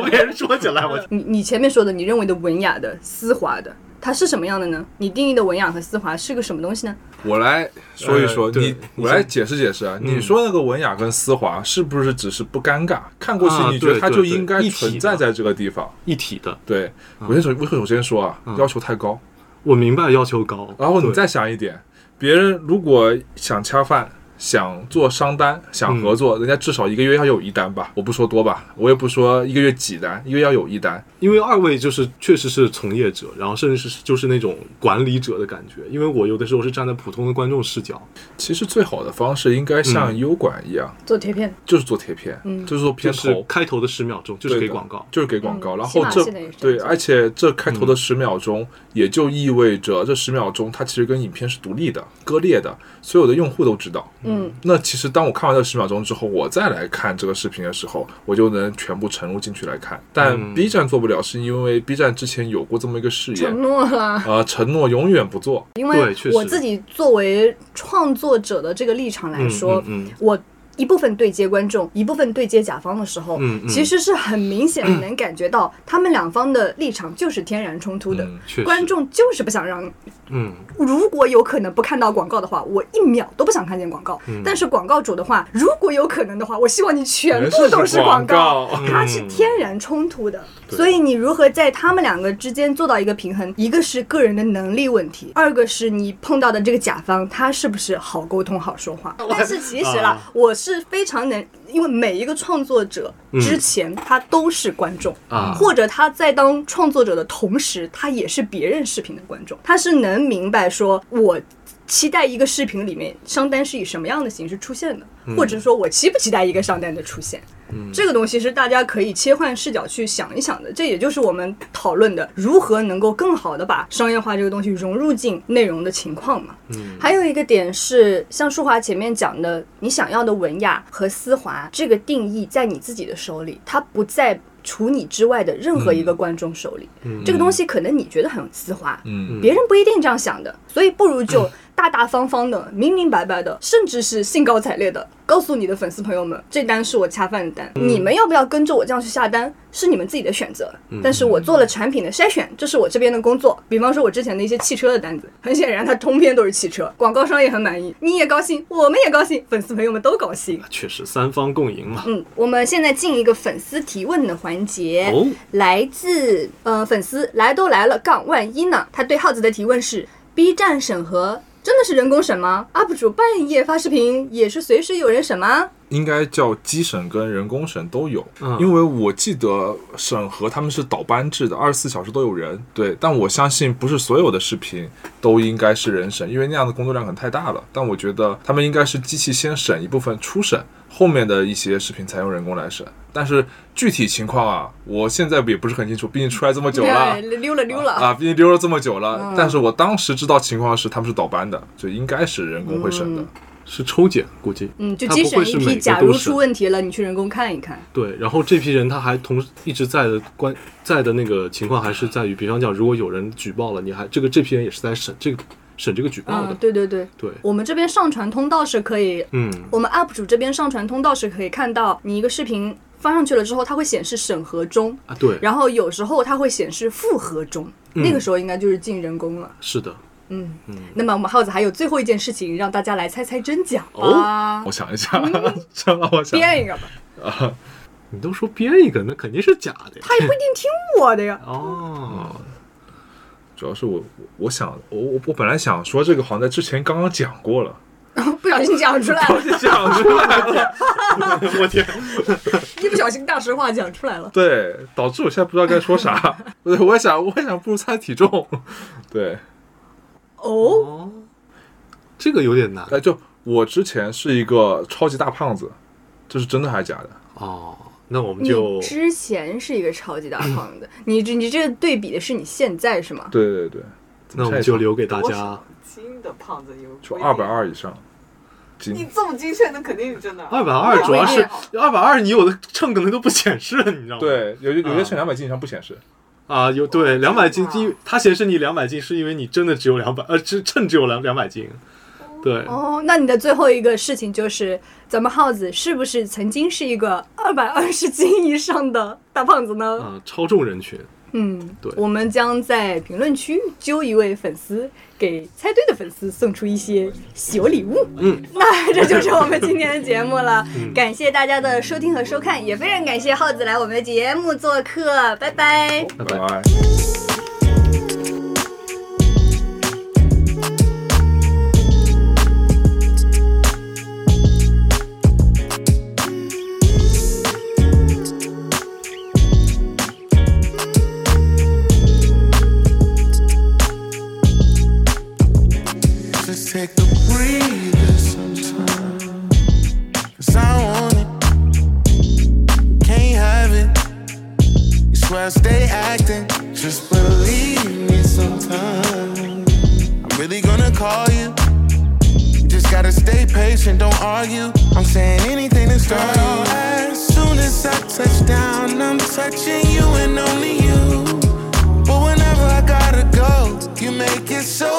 Speaker 4: 我给人说起来，我
Speaker 2: 你你前面说的，你认为的文雅的、丝滑的，它是什么样的呢？你定义的文雅和丝滑是个什么东西呢？
Speaker 1: 我来说一说，
Speaker 4: 呃对
Speaker 1: 你
Speaker 4: 你嗯
Speaker 1: 我来解释解释啊。你说那个文雅跟丝滑，是不是只是不尴尬？看过去
Speaker 4: 啊
Speaker 1: 你觉得
Speaker 4: 对
Speaker 1: 它
Speaker 4: 对
Speaker 1: 就
Speaker 4: 对
Speaker 1: 应该
Speaker 4: 一体
Speaker 1: 存在
Speaker 4: 的
Speaker 1: 在这个地方？
Speaker 4: 一体的，
Speaker 1: 对，
Speaker 4: 啊
Speaker 1: 我先首我首先说啊，要求太高。
Speaker 4: 我明白要求高，
Speaker 1: 然后你
Speaker 4: 对
Speaker 1: 再想一点，别人如果想恰饭。想做商单，想
Speaker 4: 嗯
Speaker 1: 合作，人家至少一个月要有一单吧，我不说多吧，我也不说一个月几单，一个月要有一单。
Speaker 4: 因为二位就是确实是从业者，然后甚至是就是那种管理者的感觉，因为我有的时候是站在普通的观众视角，
Speaker 1: 其实最好的方式应该像
Speaker 4: 嗯
Speaker 1: 优管一样，
Speaker 2: 做贴片，
Speaker 1: 就是做贴片，就是做
Speaker 4: 就
Speaker 1: 片头，
Speaker 4: 是开头的十秒钟就是
Speaker 1: 对
Speaker 4: 给
Speaker 1: 的
Speaker 4: 广告，嗯
Speaker 1: 就是给广告。
Speaker 2: 嗯
Speaker 1: 然
Speaker 2: 起
Speaker 1: 后
Speaker 2: 码
Speaker 1: 这
Speaker 2: 现在也是这样
Speaker 1: 对，
Speaker 2: 做
Speaker 1: 而且这开头的十秒钟，也就意味着这十秒钟它其实跟影片是独立的、割裂的，所有的用户都知道。
Speaker 2: 嗯，
Speaker 1: 那其实当我看完这十秒钟之后，我再来看这个视频的时候，我就能全部沉入进去来看。
Speaker 4: 嗯
Speaker 1: 但 B 站做不了，是因为 B 站之前有过这么一个誓
Speaker 2: 承
Speaker 1: 言，
Speaker 2: 诺啦。
Speaker 1: 呃，承诺永远不做。
Speaker 2: 因为
Speaker 4: 对确实
Speaker 2: 我自己作为创作者的这个立场来说，
Speaker 4: 嗯嗯嗯
Speaker 2: 我。一部分对接观众，一部分对接甲方的时候，
Speaker 4: 嗯嗯
Speaker 2: 其实是很明显的能感觉到他们两方的立场就是天然冲突的。
Speaker 1: 嗯
Speaker 4: 确实，
Speaker 2: 观众就是不想让
Speaker 4: 嗯。
Speaker 2: 如果有可能不看到广告的话，我一秒都不想看见广告。
Speaker 4: 嗯
Speaker 2: 但是广告主的话，如果有可能的话，我希望你全部都是广告，
Speaker 4: 哦
Speaker 1: 广告
Speaker 2: 它是天然冲突
Speaker 4: 嗯
Speaker 2: 的。所以你如何在他们两个之间做到一个平衡？一个是个人的能力问题，二个是你碰到的这个甲方他是不是好沟通、好说 话。但是其实啦
Speaker 4: 啊，
Speaker 2: 我是非常能，因为每一个创作者之前他都是观众
Speaker 4: 啊
Speaker 2: 或者他在当创作者的同时，他也是别人视频的观众，他是能明白说我。期待一个视频里面商单是以什么样的形式出现的，
Speaker 4: 嗯
Speaker 2: 或者说我期不期待一个商单的出现，这个东西是大家可以切换视角去想一想的。这也就是我们讨论的如何能够更好的把商业化这个东西融入进内容的情况嘛。还有一个点是，像舒华前面讲的，你想要的文雅和丝滑这个定义在你自己的手里，它不在除你之外的任何一个观众手里。这个东西可能你觉得很丝滑，
Speaker 1: 嗯
Speaker 2: 别人不一定这样想的，所以不如就大大方方的、明明白白的，甚至是兴高采烈的告诉你的粉丝朋友们，这单是我恰饭的单，你们要不要跟着我这样去下单，是你们自己的选择。但是我做了产品的筛选，这是我这边的工作。比方说，我之前的一些汽车的单子， 很显然它通篇都是汽车，广告商也很满意，你也高兴，我们也高兴，粉丝朋友们都高兴。
Speaker 4: 确实三方共赢嘛。
Speaker 2: 嗯，我们现在进一个粉丝提问的环节，
Speaker 4: 哦
Speaker 2: 来自呃粉丝来都来了，杠万一呢？他对耗子的提问是：B 站审核真的是人工审吗？UP 主半夜发视频也是随时有人审吗？
Speaker 1: 应该叫机审跟人工审都有，
Speaker 4: 嗯
Speaker 1: 因为我记得审核他们是倒班制的，二十四小时都有人。对，但我相信不是所有的视频都应该是人审，因为那样的工作量可能太大了。但我觉得他们应该是机器先审一部分初审，后面的一些视频才用人工来审。但是具体情况啊，我现在也不是很清楚，毕竟出来这么久了
Speaker 2: 哎。溜了溜了。
Speaker 1: 啊，毕竟溜了这么久了，但是我当时知道情况是他们是倒班的，所以应该是人工会审的。
Speaker 4: 是抽检，估计
Speaker 2: 嗯，就
Speaker 4: 它
Speaker 2: 精
Speaker 4: 不
Speaker 2: 选
Speaker 4: 会
Speaker 2: 一
Speaker 4: 是每
Speaker 2: 批，
Speaker 4: 个
Speaker 2: 假
Speaker 4: 都
Speaker 2: 如
Speaker 4: 审
Speaker 2: 出问题了，你去人工看一看。
Speaker 4: 对，然后这批人他还同时一直在的关在的那个情况还是在于，比方讲，如果有人举报了，你还这个这批人也是在审这个审这个举报的，
Speaker 2: 嗯，对对对，
Speaker 4: 对，
Speaker 2: 我们这边上传通道是可以，
Speaker 4: 嗯，
Speaker 2: 我们 UP 主这边上传通道是可以看到你一个视频发上去了之后，它会显示审核中，
Speaker 4: 啊，对，
Speaker 2: 然后有时候它会显示复核中，
Speaker 4: 嗯
Speaker 2: 那个时候应该就是进人工了。
Speaker 4: 是的，
Speaker 2: 嗯，那么我们耗子还有最后一件事情，让大家来猜猜真假
Speaker 4: 哦
Speaker 2: 吧
Speaker 1: 我，想一下， 这让我想
Speaker 2: 编一个吧，
Speaker 4: 你都说编一个，那肯定是假的呀，
Speaker 2: 他也不一定听我的 呀。
Speaker 4: 哦，
Speaker 1: 主要是我我我想我我我本来想说这个好像在之前刚刚讲过了，
Speaker 2: 不小心讲 出来了，
Speaker 1: 讲出来了，
Speaker 4: 我天，
Speaker 2: 一不小心大实话讲出来了。
Speaker 1: 对，导致我现在不知道该说啥。对，我也想我也想不如猜体重，对，
Speaker 2: 哦，
Speaker 4: 哦，这个有点难
Speaker 1: 哎，就我之前是一个超级大胖子，这是真的还是假的？
Speaker 4: 哦，那我们
Speaker 2: 你
Speaker 4: 就
Speaker 2: 之前是一个超级大胖 子，你这你这个对比的是你现在是吗？
Speaker 1: 对对对，怎
Speaker 4: 那
Speaker 1: 么
Speaker 4: 我们
Speaker 1: 猜
Speaker 4: 就
Speaker 1: 一下
Speaker 4: 留给大
Speaker 5: 多
Speaker 4: 家
Speaker 5: 少斤的胖子有规
Speaker 1: 就
Speaker 5: 定？
Speaker 1: 二百二以上
Speaker 5: 你
Speaker 1: 斤，
Speaker 5: 这么精确，那肯定是真的。
Speaker 4: 二百二，
Speaker 2: 那
Speaker 4: 主要
Speaker 2: 我也
Speaker 4: 是二百二，你有的秤可能都不显示了，你知道吗？
Speaker 1: 对，有有些
Speaker 4: 啊
Speaker 1: 称两百斤以上不显示，
Speaker 4: 啊，有对两百斤，
Speaker 5: 真的
Speaker 4: 因为它显示你两百斤，是因为你真的只有两百，呃，只秤只有两两百斤，对，
Speaker 2: 哦，那你的最后一个事情就是，咱们耗子是不是曾经是一个二百二十斤以上的大胖子呢？
Speaker 4: 啊，超重人群，
Speaker 2: 嗯，
Speaker 4: 对
Speaker 2: 我们将在评论区揪一位粉丝，给猜对的粉丝送出一些小礼物。
Speaker 4: 嗯，
Speaker 2: 那这就是我们今天的节目 了，感谢大家的收听和收看，也非常感谢耗子来我们的节目做客，拜拜。
Speaker 1: 拜
Speaker 4: 拜
Speaker 1: 拜。
Speaker 3: Just take a breather sometime. Cause I want it. Can't have it. You swear I stay acting. Just believe me sometime. I'm really gonna call you. You just gotta stay patient, don't argue. I'm saying anything to start you. As soon as I touch down, I'm touching you and only you. But whenever I gotta go, you make it so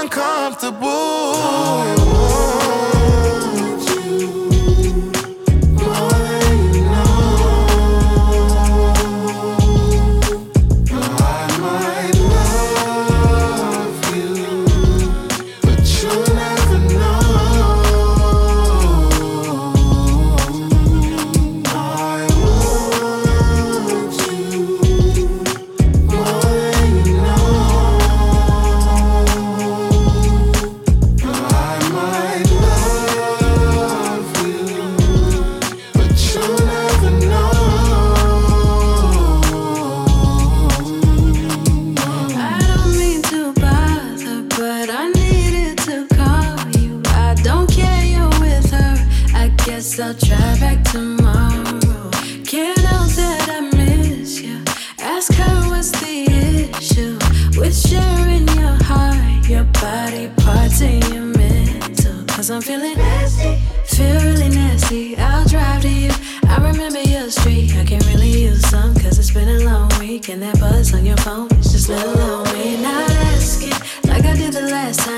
Speaker 3: uncomfortable. I want you more than you know. I might love you, but you'll never know. I want you.
Speaker 6: I don't mean to bother, but I needed to call you. I don't care you're with her. I guess I'll try back tomorrow. Can't help that I miss you. Ask her what's the issue with sharing your heart, your body parts, and your mental. Cause I'm feeling nasty, feel really nasty. I'll drive to you. I remember your street. I can really use some, cause it's been a long week. And that buzz on your phone is just little on me. Not asking like I did the last time.